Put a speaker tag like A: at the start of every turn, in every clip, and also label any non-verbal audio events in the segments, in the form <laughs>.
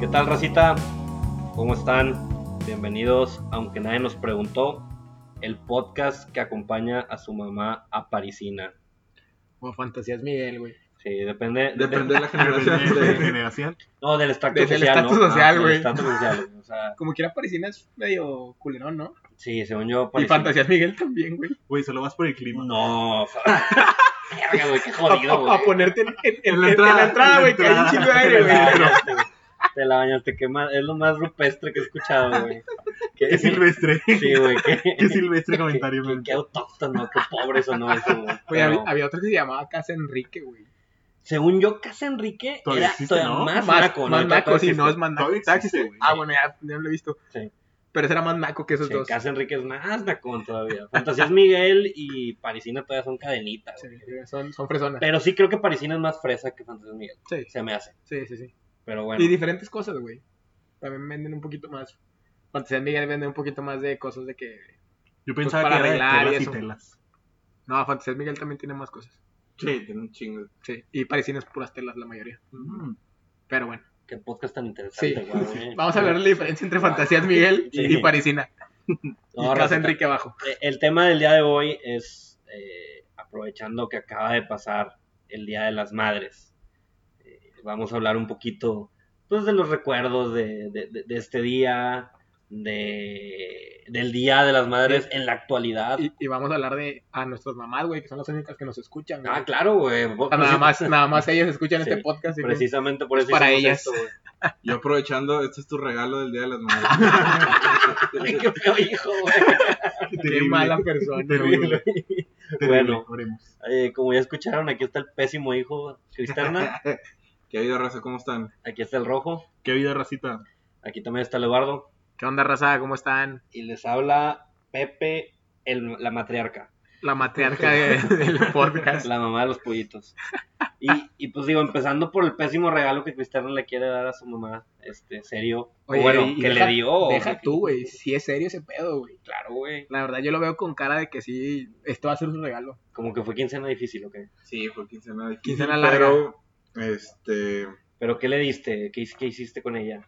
A: ¿Qué tal, racita? ¿Cómo están? Bienvenidos, aunque nadie nos preguntó, el podcast que acompaña a su mamá a Parisina.
B: Como fantasías Miguel, güey.
A: Sí, depende.
C: Depende de
B: <laughs>
C: la generación.
D: Depende de la generación.
A: no, del estatus
B: Del
A: social.
B: estatus
A: ¿no?
B: social,
A: del
B: güey.
A: estatus social. O sea,
B: Como quiera Parisina es medio culerón, ¿no?
A: sí, según yo.
B: Y fantasías Miguel también, güey.
D: Güey, solo vas por el clima.
C: <laughs>
A: No, o sea,
B: <laughs>
A: verga, güey, qué jodido,
B: A,
A: güey.
B: a ponerte en, en- en-
D: En la
B: en
D: entrada,
B: la entrada,
D: en la
B: güey, que hay un
D: entrada.
B: chingo de aire,
A: <laughs> Te la
B: güey.
A: bañaste, güey. Te la bañaste, que más, es lo más rupestre que he escuchado, güey. Que-
D: Qué silvestre.
B: <laughs>
A: Sí, güey, que-
D: Qué silvestre comentario,
A: Qué,
D: güey.
A: qué autóctono, qué pobre sonó eso, güey.
B: Güey, había,
A: Pero,
B: había otro que se llamaba Casa Enrique, güey.
A: según yo, Casa Enrique
D: Todavía
A: era
D: existe,
A: todavía
D: ¿no?
A: más,
B: Más,
A: naco,
B: más
A: Ahorita
B: naco,
A: todavía
B: si no es
A: existe.
B: más naco.
D: Todavía existe, güey.
B: Ah, bueno, ya, ya no lo he visto.
A: Sí.
B: Pero ese era más naco que esos
A: Sí,
B: dos.
A: Casa Enrique es más nacón todavía. Fantasías Miguel y Parisina todavía son cadenitas.
B: Sí,
A: güey.
B: son, son fresonas.
A: Pero sí creo que Parisina es más fresa que Fantasías Miguel.
B: Sí,
A: Se me hace.
B: sí, sí. sí.
A: Pero bueno.
B: Y diferentes cosas, güey. También venden un poquito más. Fantasías Miguel vende un poquito más de cosas de que.
D: Yo
C: pues
D: pensaba
B: para
D: que era
B: arreglar
D: de
B: y
D: telas y
B: eso.
D: telas.
B: No, Fantasías Miguel también tiene más cosas.
C: Sí, tiene un chingo.
B: Sí. Y Parisina es puras telas la mayoría.
D: Mm.
B: Pero bueno.
A: Qué podcast tan interesante,
B: Sí.
A: güey. eh.
B: <laughs> Vamos a hablar de la diferencia entre Fantasías Miguel y-
A: Sí.
B: y Parisina.
A: No,
B: y Casa
A: racita,
B: Enrique abajo.
A: eh, El tema del día de hoy es eh, aprovechando que acaba de pasar el Día de las Madres. Eh, vamos a hablar un poquito pues, de los recuerdos de, de- de- de este día, de, del Día de las Madres en la actualidad.
B: Y, y vamos a hablar de a nuestras mamás, güey, que son las únicas que nos escuchan. güey.
A: Ah, claro, güey.
B: O sea, nada más, nada más ellas escuchan
A: Sí,
B: este podcast. y-
A: Precisamente por
B: Es
A: eso
B: para
A: hicimos
B: ellas.
A: esto, güey.
C: Yo aprovechando, este es tu regalo del Día de las Madres.
A: <laughs> Ay, qué feo <laughs> hijo, güey.
D: <laughs>
B: Qué
D: Qué terrible.
B: mala persona.
D: Terrible.
B: güey.
D: Terrible.
A: Bueno.
D: Oremos.
A: Eh, como ya escucharon, aquí está el pésimo hijo, <laughs> Cristerna.
C: ¿Qué ha habido, raza? ¿Cómo están?
A: Aquí está el rojo.
D: Qué vida, racita.
A: Aquí también está el Eduardo.
B: ¿Qué onda, raza? ¿Cómo están?
A: y les habla Pepe, el- la matriarca,
B: La
A: <laughs>
B: matriarca de- del podcast.
A: la mamá de los
B: <laughs>
A: pollitos. Y, y pues digo, empezando por el pésimo regalo que Cristiano le quiere dar a su mamá, este, serio. O
B: Oye,
A: bueno,
B: y- y
A: que
B: deja-
A: le dio. o
B: Deja
A: que-
B: tú, güey. Si es serio ese pedo, güey.
A: Claro, güey.
B: La verdad, yo lo veo con cara de que sí, esto va a ser un regalo.
A: Como que fue quincena difícil, ¿ok?
C: Sí, fue quincena difícil.
B: Quincena larga.
C: Pero, este,
A: Pero ¿qué le diste? ¿Qué, his- qué hiciste con ella?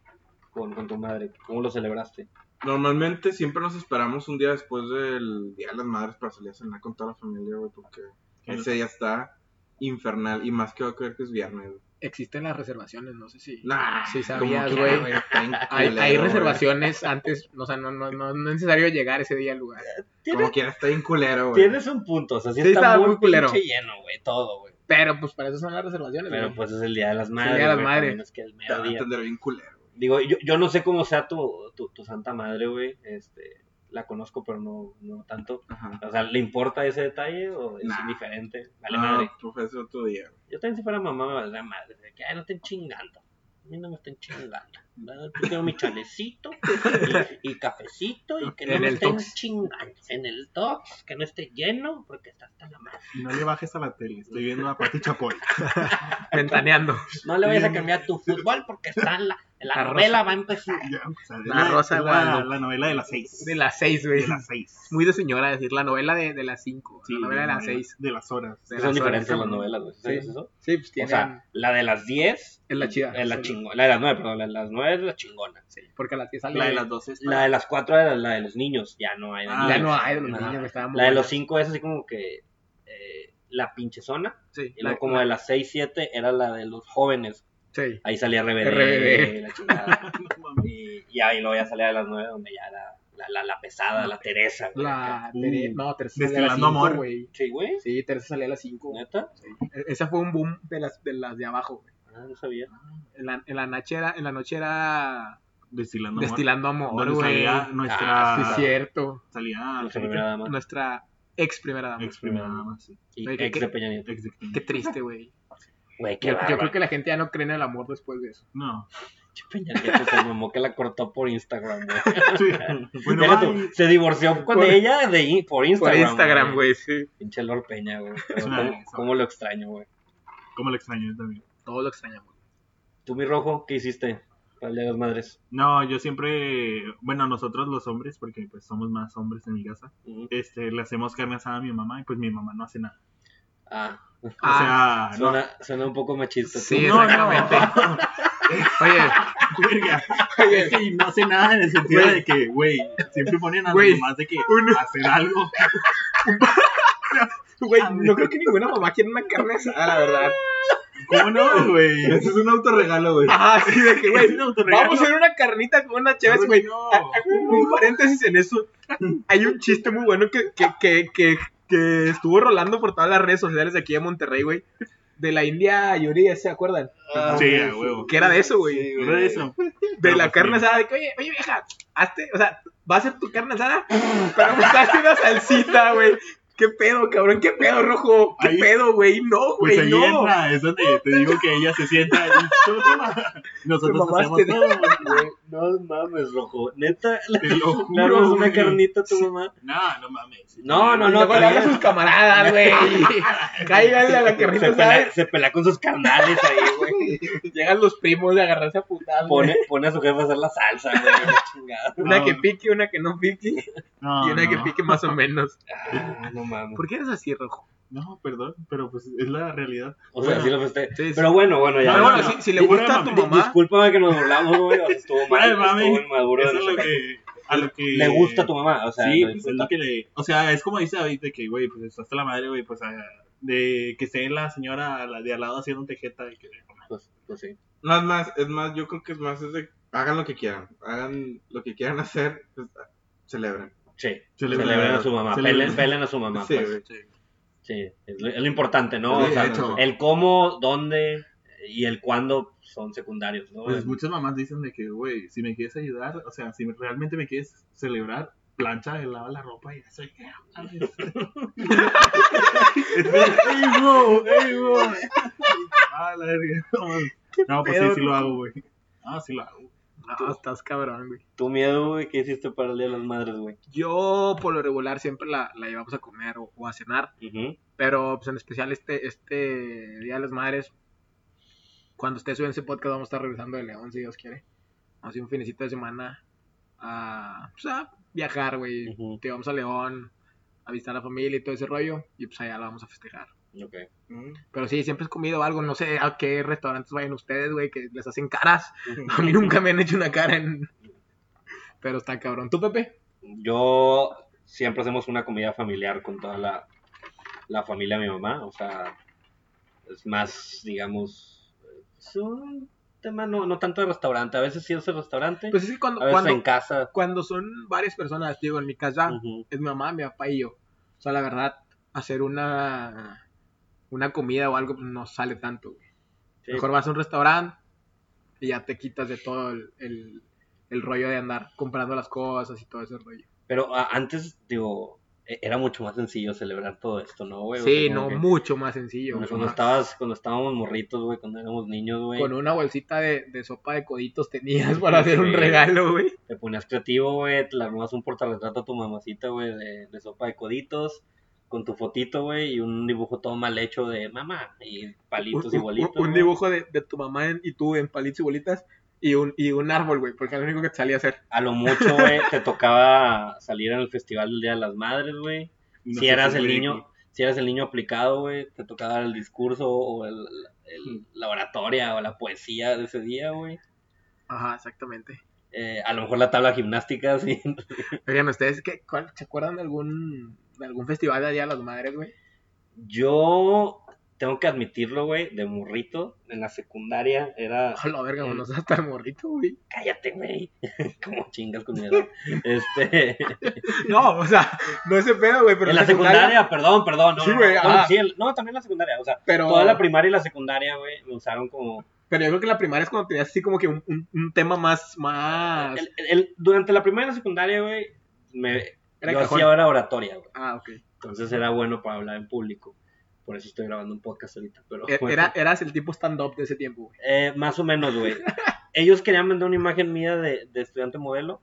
A: Con, con tu madre. ¿Cómo lo celebraste?
C: normalmente siempre nos esperamos un día después del Día de las Madres para salir a cenar con toda la familia, güey, porque ese día está infernal y más que va a creer que es viernes. güey.
B: Existen las reservaciones, no sé si.
C: Nah,
B: Sí
C: como
B: sabías,
C: quiera,
B: güey.
C: está bien
B: Hay,
C: culero,
B: hay
C: güey.
B: reservaciones antes, o sea, no, no, no, no es necesario llegar ese día al lugar.
C: Como quiera, está bien culero, güey.
A: Tienes un punto, o sea, sí,
B: Sí,
A: está
B: estaba
A: muy,
B: muy culero.
A: pinche lleno, güey, todo, güey.
B: Pero pues para eso son las reservaciones.
A: Pero
B: güey.
A: pues es el Día de las
B: el
A: Madres.
B: Día de las
A: güey,
B: Madres.
A: también Es que el
C: Te va a
A: mediodía.
C: entender bien culero. güey.
A: Digo, yo, yo no sé cómo sea tu, tu, tu santa madre, güey. Este, la conozco, pero no, no tanto.
C: Ajá.
A: O sea, ¿le importa ese detalle o es
C: Nah.
A: indiferente? Vale,
C: No,
A: madre.
C: pues fue ese otro día. güey.
A: Yo también si fuera mamá me valdría madre. de que, ay, no estén chingando. A mí no me estén chingando. ¿verdad? Yo quiero mi chalecito y, y cafecito y que no
B: En
A: me
B: el
A: estén
B: Tox.
A: chingando. En el tox, que no esté lleno porque está hasta la madre.
D: Y no le bajes a la tele. Estoy viendo a Pati Chapoy. <laughs>
B: Ventaneando.
A: No le vayas a cambiar tu fútbol porque está en la, en la,
B: La
A: novela va a empezar.
D: Ya, o sea, es
B: La Rosa de
D: la,
B: Guadalupe.
D: la novela de las seis.
B: <laughs> De las seis, güey.
D: De las seis.
B: Muy de señora decir la novela de, de las cinco. la novela de las seis.
D: De las horas.
B: De
A: Son
B: las
A: diferentes
B: horas.
A: las novelas, güey. ¿Sabes
B: Sí.
A: eso?
B: Sí, pues
A: O sea, la de las 10
B: Es la chida.
A: es Eh, la
B: Sí.
A: chingona. La de las 9, perdón, la de las 9 es la chingona.
B: Sí, porque la tía sale.
C: La de las 12 está-
A: La de las 4 era la de los niños, ya no hay. de
C: Ah,
A: niños.
B: ya no hay de los
A: Ajá.
B: niños que estábamos.
A: La de los 5 es así como que eh, la pinche zona.
B: Sí,
A: Y
B: la-
A: luego como de las 6, 7 era la de los jóvenes.
B: sí.
A: Ahí salía RBD,
B: RBD. <laughs>
A: la chingada. y, y ahí luego ya salía de las 9 donde ya era la, la, la pesada, la Teresa. güey, acá.
B: La.
D: Uh,
B: Tere- No, Teresa salía a las cinco,
D: destilando amor.
B: güey.
A: Sí, güey.
B: Sí, Teresa salía a las cinco.
A: ¿Neta?
B: E- Esa fue un boom de las de, las de abajo, güey.
A: Ah, no sabía.
B: En la, en la noche era, en la noche era
D: Destilando. amor.
B: destilando amor,
D: Donde
B: güey. Ah,
D: salía nuestra.
B: Sí, cierto. Ah,
D: Salía
A: La
D: Angélica,
A: primera dama.
B: Nuestra ex primera dama.
D: Ex primera dama, sí.
A: Y
B: Oye, ¿qué-
A: ex de Peña Nieto.
D: Ex de-
B: Qué triste, güey.
A: Güey, qué
B: Yo, yo creo
A: bárbaro.
B: que la gente ya no cree en el amor después de eso.
D: No. <laughs>
A: Che, Peña Nieto se mamó que la cortó por Instagram, güey.
B: <laughs>
D: Sí. Bueno,
A: Deja
D: bye.
A: tú, se divorció con
B: Por-
A: ella de, in- por Instagram.
B: güey, sí.
A: Pinche Lord Peña, güey. Pero
D: Es una
A: ¿Cómo,
D: vergüenza.
A: cómo lo extraño, güey?
D: Cómo la extrañé también.
B: Todos lo extrañamos.
A: Tú, mi rojo, ¿qué hiciste para el Día de las madres?
D: No, yo siempre, bueno, nosotros los hombres, porque pues somos más hombres en mi casa,
A: Ujú.
D: este, le hacemos carne asada a mi mamá y pues mi mamá no hace nada.
A: Ah,
D: O sea, no,
A: suena, suena un poco machista.
B: Sí,
A: tú.
B: <laughs>
D: No, no.
B: exactamente. Oye,
D: <laughs> verga. Es que no hace nada en el sentido
B: Güey.
D: de que, güey, siempre ponen algo
B: Güey.
D: más de que
B: Uno-
D: hacer algo.
B: Güey, no creo que ninguna mamá quiera una carne asada, la verdad.
D: ¿Cómo no, güey?
C: <laughs> Ese es un autorregalo, güey.
B: Ah, sí, de que, <laughs>
D: Es
B: güey,
D: un autorregalo.
B: vamos a hacer una carnita con una chévere, güey.
D: No.
B: Ah, ah, Un un paréntesis en eso. Hay un chiste muy bueno que, que, que, que, que estuvo rolando por todas las redes sociales de aquí de Monterrey, güey. De la India Yuridia, ¿se acuerdan?
D: ah,
A: Ah,
D: Sí, a huevo.
B: ¿Qué era de eso, güey?
C: Sí,
D: Era de eso.
B: De
D: Pero
B: la
D: pues,
B: carne
D: mira.
B: asada, de que, oye, oye, vieja, hazte, o sea, va a ser tu carne asada, pero buscaste una salsita, güey. ¿Qué pedo, cabrón? ¿Qué pedo, rojo? ¿Qué
D: Ahí-
B: pedo, güey? No,
D: Pues
B: güey,
D: ahí
B: no.
D: entra, es donde te digo que ella se sienta y tú te ma- Nosotros
B: Te mamaste,
D: hacemos todo.
A: Güey, No mames, rojo. Neta, le
D: Te lo
A: le armas
D: juro.
A: una
D: güey.
A: carnita a tu mamá.
D: No, no mames.
A: No, no, no.
B: Y luego pues le habla a
A: también.
B: sus
D: <laughs>
B: camaradas, güey. Cáiganle a la carnita
A: se,
B: asada.
A: pelea, se pelea con sus carnales ahí, güey.
B: Llegan los primos de agarrarse a putadas, güey.
A: Pone, pone a su jefe a hacer la salsa, güey. la chingada.
B: Una
D: No.
B: que pique, una que no pique
D: No,
B: y una que
D: no.
B: pique más o menos.
A: Ah, no mames.
B: ¿Por qué eres así, rojo?
D: No, perdón, pero pues es la realidad.
A: O sea,
B: Bueno.
A: sí lo feste-
B: Sí, sí.
A: Pero bueno, bueno, ya.
B: Pero
D: No,
B: bueno,
D: no,
B: si,
D: no.
B: si le
D: Sí,
B: gusta a tu
D: bueno,
A: Di-
B: mamá,
A: Discúlpame que nos burlamos, güey. o sea, Estuvo mal,
D: Ay, mami,
A: estuvo inmaduro de
D: Eso es lo
A: nuestra parte.
D: que, a lo que.
A: Le gusta a tu mamá, o sea,
D: sí,
A: lo
D: pues es
A: disfruta.
D: lo que le. O sea, es como dice David de que, güey, pues está hasta la madre, güey, pues a- de que esté la señora a la de al lado haciendo tejeta. De que,
A: Pues, pues sí.
C: No, es más, es más, yo creo que es más, es de, hagan lo que quieran, hagan lo que quieran hacer, pues, celebren.
A: Sí.
D: Celebren-
A: Celebren a su mamá.
D: celebren.
A: Pelen, pelen a su mamá.
C: Sí,
A: pues.
C: güey.
A: Sí, es lo, es lo importante, ¿no?
C: Sí,
A: o sea,
C: de hecho.
A: el cómo, dónde y el cuándo son secundarios, ¿no?
D: Pues muchas mamás dicen de que, güey, si me quieres ayudar, o sea, si realmente me quieres celebrar, plancha, lava la ropa y eso. ya, a ver. ¡Ey, wow! ¡Ey, wow! ¡Ah, la verga! No, pues sí,
B: pedo,
D: sí lo hago, güey. Ah, sí lo hago.
B: no, estás cabrón, güey.
A: Tu miedo, güey, que hiciste para el Día de las Madres, güey.
B: Yo, por lo regular, siempre la, la llevamos a comer o, o a cenar.
A: Ujú.
B: Pero, pues, en especial este, este Día de las Madres, cuando ustedes suben ese podcast, vamos a estar regresando de León, si Dios quiere. Vamos a ir un finecito de semana a, pues, a viajar, güey.
A: Ujú.
B: Te vamos a León a visitar a la familia y todo ese rollo. Y, pues, allá la vamos a festejar.
A: Ok.
B: Pero sí, siempre has comido algo. No sé a qué restaurantes vayan ustedes, güey, que les hacen caras.
A: Ujú.
B: <laughs> A mí nunca me han hecho una cara en... Pero está cabrón. ¿Tú, Pepe?
A: Yo siempre hacemos una comida familiar con toda la, la familia de mi mamá, o sea, es más, digamos, es un tema no, no tanto de restaurante, a veces sí es el restaurante,
B: Pues es que cuando,
A: a veces en
B: cuando,
A: casa.
B: cuando son varias personas, digo, en mi casa
A: Ujú.
B: es mi mamá, mi papá y yo. O sea, la verdad, hacer una, una comida o algo pues, no sale tanto. güey.
A: Sí.
B: Mejor vas a un restaurante y ya te quitas de todo el, el- el rollo de andar comprando las cosas y todo ese rollo.
A: Pero a- antes, digo, e- era mucho más sencillo celebrar todo esto, ¿no, güey? O
B: sí,
A: sea, como
B: no,
A: que
B: mucho más sencillo.
A: Cuando,
B: güey.
A: estabas, cuando estábamos morritos, güey, cuando éramos niños, güey,
B: Con una bolsita de, de sopa de coditos tenías para hacer un
A: Sí.
B: regalo, güey.
A: te ponías creativo, güey, te le armabas un portarretrato a tu mamacita, güey, de, de sopa de coditos, con tu fotito, güey, y un dibujo todo mal hecho de mamá, y palitos y
B: un,
A: bolitas.
B: un- un
A: güey.
B: dibujo de, de tu mamá en- y tú en palitos y bolitas y un, y un árbol, güey, porque era lo único que te salía a hacer.
A: A lo mucho,
B: <laughs>
A: güey, te tocaba salir en el festival del Día de las Madres, güey.
D: Y
A: si
D: no sé,
A: eras
D: soy
A: el
D: ridículo.
A: niño, si eras el niño aplicado, güey, te tocaba dar el discurso o el-
B: Hmm.
A: el- la oratoria o la poesía de ese día, güey.
B: Ajá, exactamente.
A: Eh, a lo mejor la tabla de gimnástica, <laughs> sí.
B: Oigan, ¿ustedes qué, cuál- se acuerdan de algún, de algún festival de allá de las madres, güey? <laughs>
A: Yo tengo que admitirlo, güey, de morrito, en la secundaria era...
B: A la verga, bueno, hasta el morrito, güey.
A: Cállate, güey. <laughs> Como chingas con mi edad. Este...
B: <laughs> No, o sea, no ese pedo, güey, pero
A: en la secundaria, perdón, perdón. No,
B: Sí,
A: no,
B: güey,
A: no,
B: ajá.
A: sí, el- no, también la secundaria. O sea,
B: pero,
A: toda la primaria y la secundaria, güey, me usaron como...
B: pero yo creo que la primaria es cuando tenías así como que un, un- un tema más, más...
A: El- el- durante la primaria y la secundaria, güey, me...
B: Era
A: yo
B: cajón.
A: hacía ahora oratoria, güey.
B: Ah, ok.
A: Entonces era bueno para hablar en público. Por eso estoy grabando un podcast ahorita. Pero
B: E-
A: bueno.
B: Era, eras el tipo stand-up de ese tiempo, güey.
A: Eh, más o menos,
B: <laughs>
A: güey. Ellos querían vender una imagen mía de, de estudiante modelo.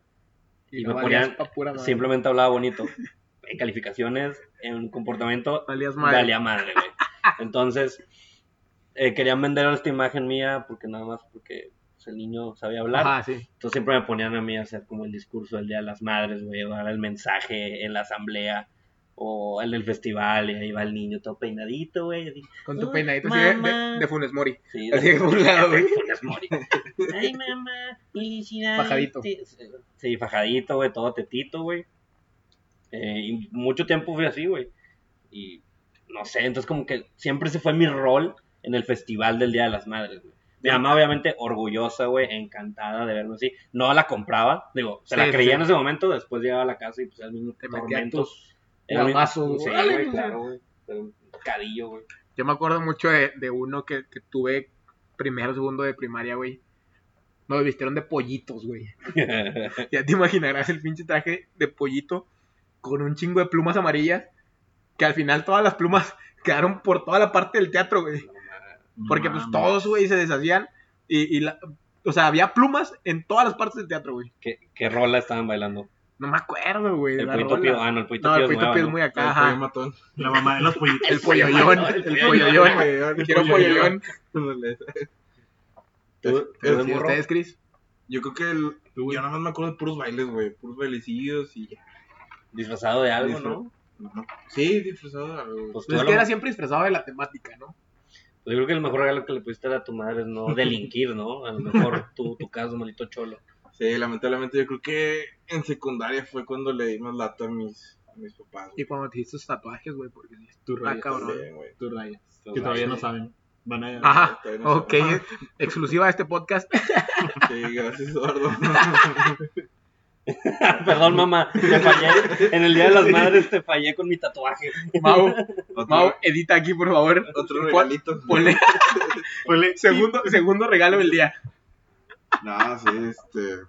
A: Y
B: no
A: me
B: valías
A: ponían
B: pa' pura madre.
A: Simplemente hablaba bonito. En calificaciones, en comportamiento,
B: Valías madre.
A: valía madre, güey. Entonces, eh, querían vender esta imagen mía porque nada más porque pues, el niño sabía hablar.
B: Ajá, sí.
A: Entonces siempre me ponían a mí a hacer como el discurso del Día de las Madres, güey, o dar el mensaje en la asamblea. O el del festival, y ahí va el niño todo peinadito, güey. así.
B: Con tu
A: Ay,
B: peinadito así de, de,
A: mamá.
B: de Funes Mori.
A: Sí,
B: Así de un
A: <laughs>
B: lado, güey.
A: Funes Mori. Ay, mamá, felicidades.
B: Fajadito.
A: Sí, fajadito, güey, todo tetito, güey. Eh, y mucho tiempo fui así, güey. Y no sé, entonces como que siempre se fue mi rol en el festival del Día de las Madres, güey. Mi mamá, obviamente, orgullosa, güey, encantada de verme así. No la compraba, digo, se
B: Sí,
A: la
B: sí,
A: creía
B: sí.
A: en ese momento, después llegaba a la casa y pues era el mismo
B: Te metía
A: tormento.
B: tus
A: Era el mismo-
B: guamazos,
A: Sí,
B: órale,
A: güey,
B: o sea.
A: claro, güey. Era un cadillo, güey. <laughs>
B: Yo me acuerdo mucho de, de uno que, que tuve primero o segundo de primaria, güey. Nos vistieron de pollitos, güey. Ya te imaginarás el pinche traje de pollito con un chingo de plumas amarillas. Que al final todas las plumas <laughs> quedaron por toda la parte del teatro, güey. Porque pues
D: Mames.
B: todos, güey, se deshacían. Y, y la- o sea, había plumas en todas las partes del teatro, güey.
A: ¿Qué, qué rola estaban bailando?
B: No me acuerdo, güey. de
A: El
B: la
A: Pollito
B: rola.
A: Pío. Ah, no, el Pollito
B: No,
A: Pío
B: el
A: es
B: Pollito
A: nueva,
B: Pío es
A: ¿no?
B: muy
C: El
B: acá.
C: pollo
B: ajá.
C: matón.
D: La mamá de los pollitos.
B: El pollollón. El pollollón.
C: El
B: Quiero pollollón.
C: pollollón.
A: Tú-
C: Es-
A: tú de
B: ¿Y
A: morro,
B: ustedes, Chris?
C: Yo creo que el, yo nada más me acuerdo de puros bailes, güey. Puros bailecillos y ya.
A: disfrazado de algo,
C: Disfra-
A: ¿no?
C: Ajá. Sí, disfrazado de algo. güey.
A: Pues tú
B: Pues
A: a
B: es
A: lo-
B: que era siempre disfrazado de la temática, ¿no?
A: Yo creo que el mejor regalo que le pudiste dar a tu madre es no delinquir, ¿no? A lo mejor tú, tu caso, maldito cholo.
C: Sí, lamentablemente yo creo que en secundaria fue cuando le di más lata a mis, a mis papás.
B: Y
C: güey.
B: cuando te hiciste tatuajes, güey, porque sí.
D: Tu
B: Ah,
D: rayas.
B: cabrón.
C: Sí, güey.
D: Tu rayas.
A: Tu
D: Que todavía
C: rayas.
D: no saben. Van a
B: Ajá,
C: todavía no
B: ok. Exclusiva de este
D: <laughs>
B: podcast.
C: Sí, gracias, Eduardo.
A: <laughs> Perdón, mamá, te fallé. En el Día de las Madres te fallé con mi tatuaje.
B: Mau,
C: Otro,
B: Mau, edita aquí, por favor.
C: otro
B: Pon-
C: regalito.
B: Ponle,
D: <laughs>
B: <laughs>
D: Ponle-
B: segundo, segundo regalo del
D: <laughs>
B: día.
C: No, sí, este.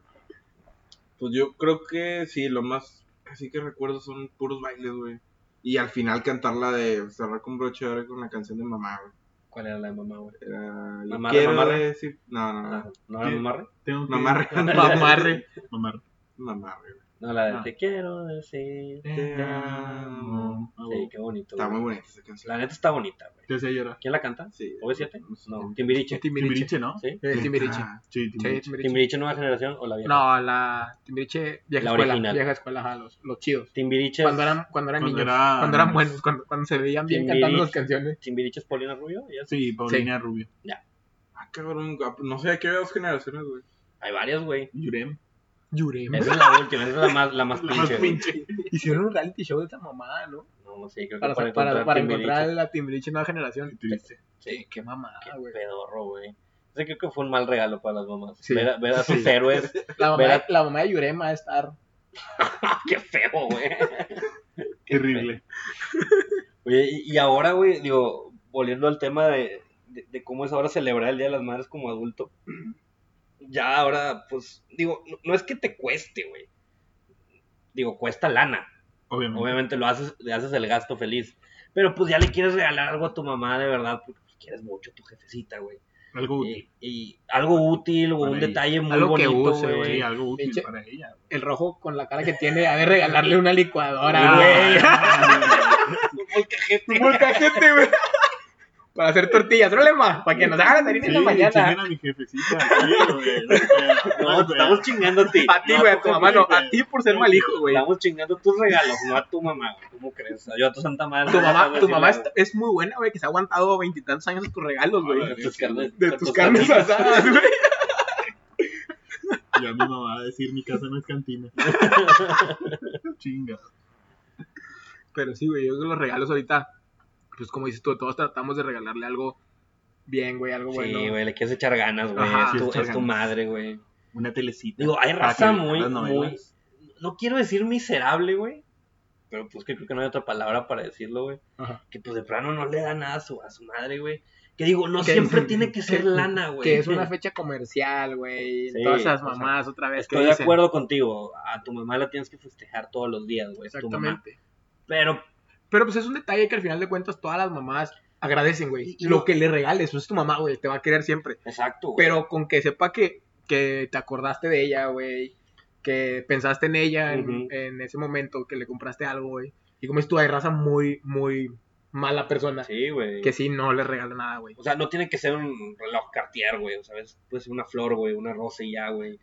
C: Pues yo creo que sí, lo más así que recuerdo son puros bailes, güey. Y al final cantar la de cerrar con broche de oro con la canción de mamá, güey.
A: ¿Cuál era la de mamá, güey?
C: Era, yo
A: Mamarre,
C: quiero
A: mamarre.
C: decir. No, no,
A: Ah,
C: no.
A: ¿No era mamarre?
D: Tengo
A: <laughs>
D: que-
C: Mamarre.
B: Mamarre.
D: Mamarre.
C: Mamarre, güey.
A: No, la de
D: Ah.
A: te quiero decir.
C: Te amo.
A: Sí,
D: Ah, bueno.
A: qué bonito.
C: Está
A: güey.
C: muy bonita esa canción.
A: La neta está bonita, güey.
D: Te hacía llorar.
A: ¿Quién la canta?
C: Sí.
A: ¿OV7?
C: sé.
A: No, Timbiriche.
B: Timbiriche.
D: Timbiriche, ¿no?
A: ¿Sí?
B: Eh, Timbiriche.
C: Ah,
D: Sí,
B: Sí,
D: Timbiriche.
B: Timbiriche.
A: ¿Timbiriche Nueva Generación o la vieja?
B: No, la Timbiriche vieja
A: La
B: escuela.
A: original.
B: Vieja escuela, ajá, los, los chidos.
A: Timbiriche es,
B: Cuando eran, cuando eran
D: Cuando
B: niños.
D: era-
B: Cuando eran buenos, cuando, cuando se veían bien cantando las
A: Timbiriche.
B: canciones.
A: Timbiriche es Paulina Rubio. ¿Ella es-
D: Sí, Paulina Rubio.
C: Ah, cabrón. No sé, aquí había dos generaciones, güey.
A: Hay varias, güey.
D: Yurem.
B: Yurema.
A: Esa es la última, esa es la más, la más
D: <laughs> La
A: pinche.
D: más
A: güey.
D: pinche.
B: <laughs> Hicieron un reality show de esa mamada, ¿no?
A: No, no sé, creo
B: Para,
A: que para,
B: para, para,
A: Timbiriche.
B: encontrar la Timbiriche nueva generación.
D: Triste.
A: Sí,
B: Qué mamada,
A: qué
B: güey.
A: pedorro, güey. Ese creo que fue un mal regalo para las mamás.
B: Sí.
A: Ver, a, ver a sus héroes. <laughs>
B: La mamá,
A: ¿Verdad?
B: la mamá de Yurema es estar.
A: ¡Ah, qué feo, güey!
D: Terrible.
A: <laughs> Oye, y, y ahora, güey, digo, volviendo al tema de, de, de cómo es ahora celebrar el Día de las Madres como adulto. Ya ahora, pues, digo, no, no es que te cueste, güey. Digo, cuesta lana.
D: Obviamente.
A: Obviamente lo haces, le haces el gasto feliz. Pero pues ya le quieres regalar algo a tu mamá de verdad, porque pues, quieres mucho a tu jefecita, güey.
D: Algo útil.
A: Y, y algo útil o
D: Para
A: un
D: ella.
A: detalle muy
B: Algo que
A: bonito,
B: use,
A: güey.
D: Sí, algo útil
B: Pinche-
D: para ella.
B: El rojo con la cara que tiene, ha de regalarle una licuadora.
D: Ah, <laughs>
A: Güey.
B: Un molcajete, güey. Para hacer tortillas, problema. Para que nos hagan las harinas en la mañana.
D: chinguen a mi jefecita. Sí, güey. No, sé.
A: No, te estamos chingando a ti.
B: A ti, güey, a tu mamá, no. A ti por ser mal hijo, güey.
A: Estamos chingando tus regalos, no a tu mamá, güey. ¿Cómo crees? Yo a tu santa madre.
B: Tu
A: no vas
B: mamá,
A: a
B: tu mamá es,
A: decirle,
B: es muy buena, güey, que se ha aguantado veintitantos años de tus regalos,
A: güey,
B: güey.
A: De
B: <laughs>
A: tus carnes.
B: De tus carnes asadas, güey.
D: Ya mi mamá va a decir, mi casa no es cantina. Chinga.
B: Pero sí, güey, yo creo que los regalos ahorita, pues como dices tú, todos tratamos de regalarle algo bien, güey, algo bueno.
A: Sí, güey, le quieres echar ganas, güey.
B: Ajá,
A: Es
D: sí,
A: tu-
D: echar
A: es tu
D: ganas.
A: madre, güey.
D: Una telecita.
A: Digo,
B: Ah,
A: hay
D: Para
A: raza
D: que
A: muy,
D: las novelas.
A: muy. No quiero decir miserable, güey. Pero pues que creo que no hay otra palabra para decirlo, güey.
B: Ajá.
A: Que pues de plano no le da nada a su, a su madre, güey. Que digo, no
B: Que-
A: siempre tiene que ser
B: que-
A: lana, güey.
B: Que es
A: <laughs>
B: una <laughs> fecha comercial, güey.
A: Sí,
B: todas esas
A: o sea,
B: mamás otra vez que
A: Estoy de
B: dicen.
A: acuerdo contigo. A tu mamá la tienes que festejar todos los días, güey. es tu mamá.
B: Exactamente.
A: Pero
B: Pero pues es un detalle que al final de cuentas todas las mamás agradecen, güey.
A: Y- y
B: Lo
A: no-
B: que le regales, pues es tu mamá, güey, te va a querer siempre.
A: Exacto, güey.
B: Pero con que sepa que, que te acordaste de ella, güey. Que pensaste en ella en,
A: Ujú.
B: en ese momento, que le compraste algo, güey. Y como es tu raza muy, muy mala persona.
A: Sí, güey.
B: Que sí, no le regala nada, güey.
A: O sea, no tiene que ser un reloj cartier, güey. O sea, es- puede ser una flor, güey, una rosa y ya, güey.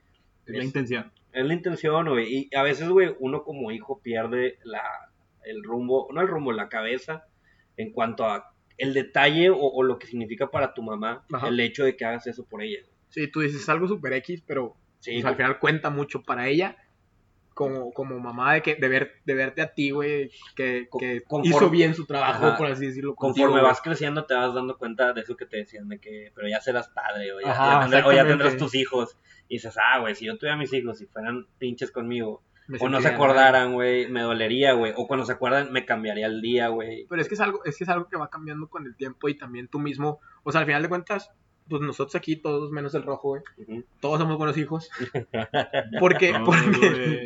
D: Es la
A: Es-
D: intención.
A: Es la intención, güey. Y a veces, güey, uno como hijo pierde la, el rumbo, no el rumbo, la cabeza en cuanto a el detalle o, o lo que significa para tu mamá
B: Ajá.
A: el hecho de que hagas eso por ella.
B: Sí, tú dices algo super X, pero
A: Sí,
B: pues, al final cuenta mucho para ella. Como, como mamá de que de, ver, de verte a ti, güey, que,
A: Con-
B: que
A: conforme-
B: hizo bien su trabajo,
A: Ajá.
B: por así decirlo. contigo,
A: conforme
B: güey.
A: vas creciendo te vas dando cuenta de eso que te decían, de que, pero ya serás padre o ya,
B: Ajá,
A: ya tendrás, o ya
B: exactamente.
A: tendrás tus hijos. Y dices, ah, güey, si yo tuviera mis hijos y fueran pinches conmigo,
B: Me
A: o no se
B: sentía-
A: acordaran, güey, me dolería, güey, o cuando se acuerdan me cambiaría el día, güey.
B: Pero es que es algo, es que es algo que va cambiando con el tiempo y también tú mismo. O sea, al final de cuentas, pues nosotros aquí, todos menos el rojo, güey,
A: Ujú.
B: todos somos
A: <laughs>
B: buenos hijos. Porque,
D: No,
B: porque.
D: güey.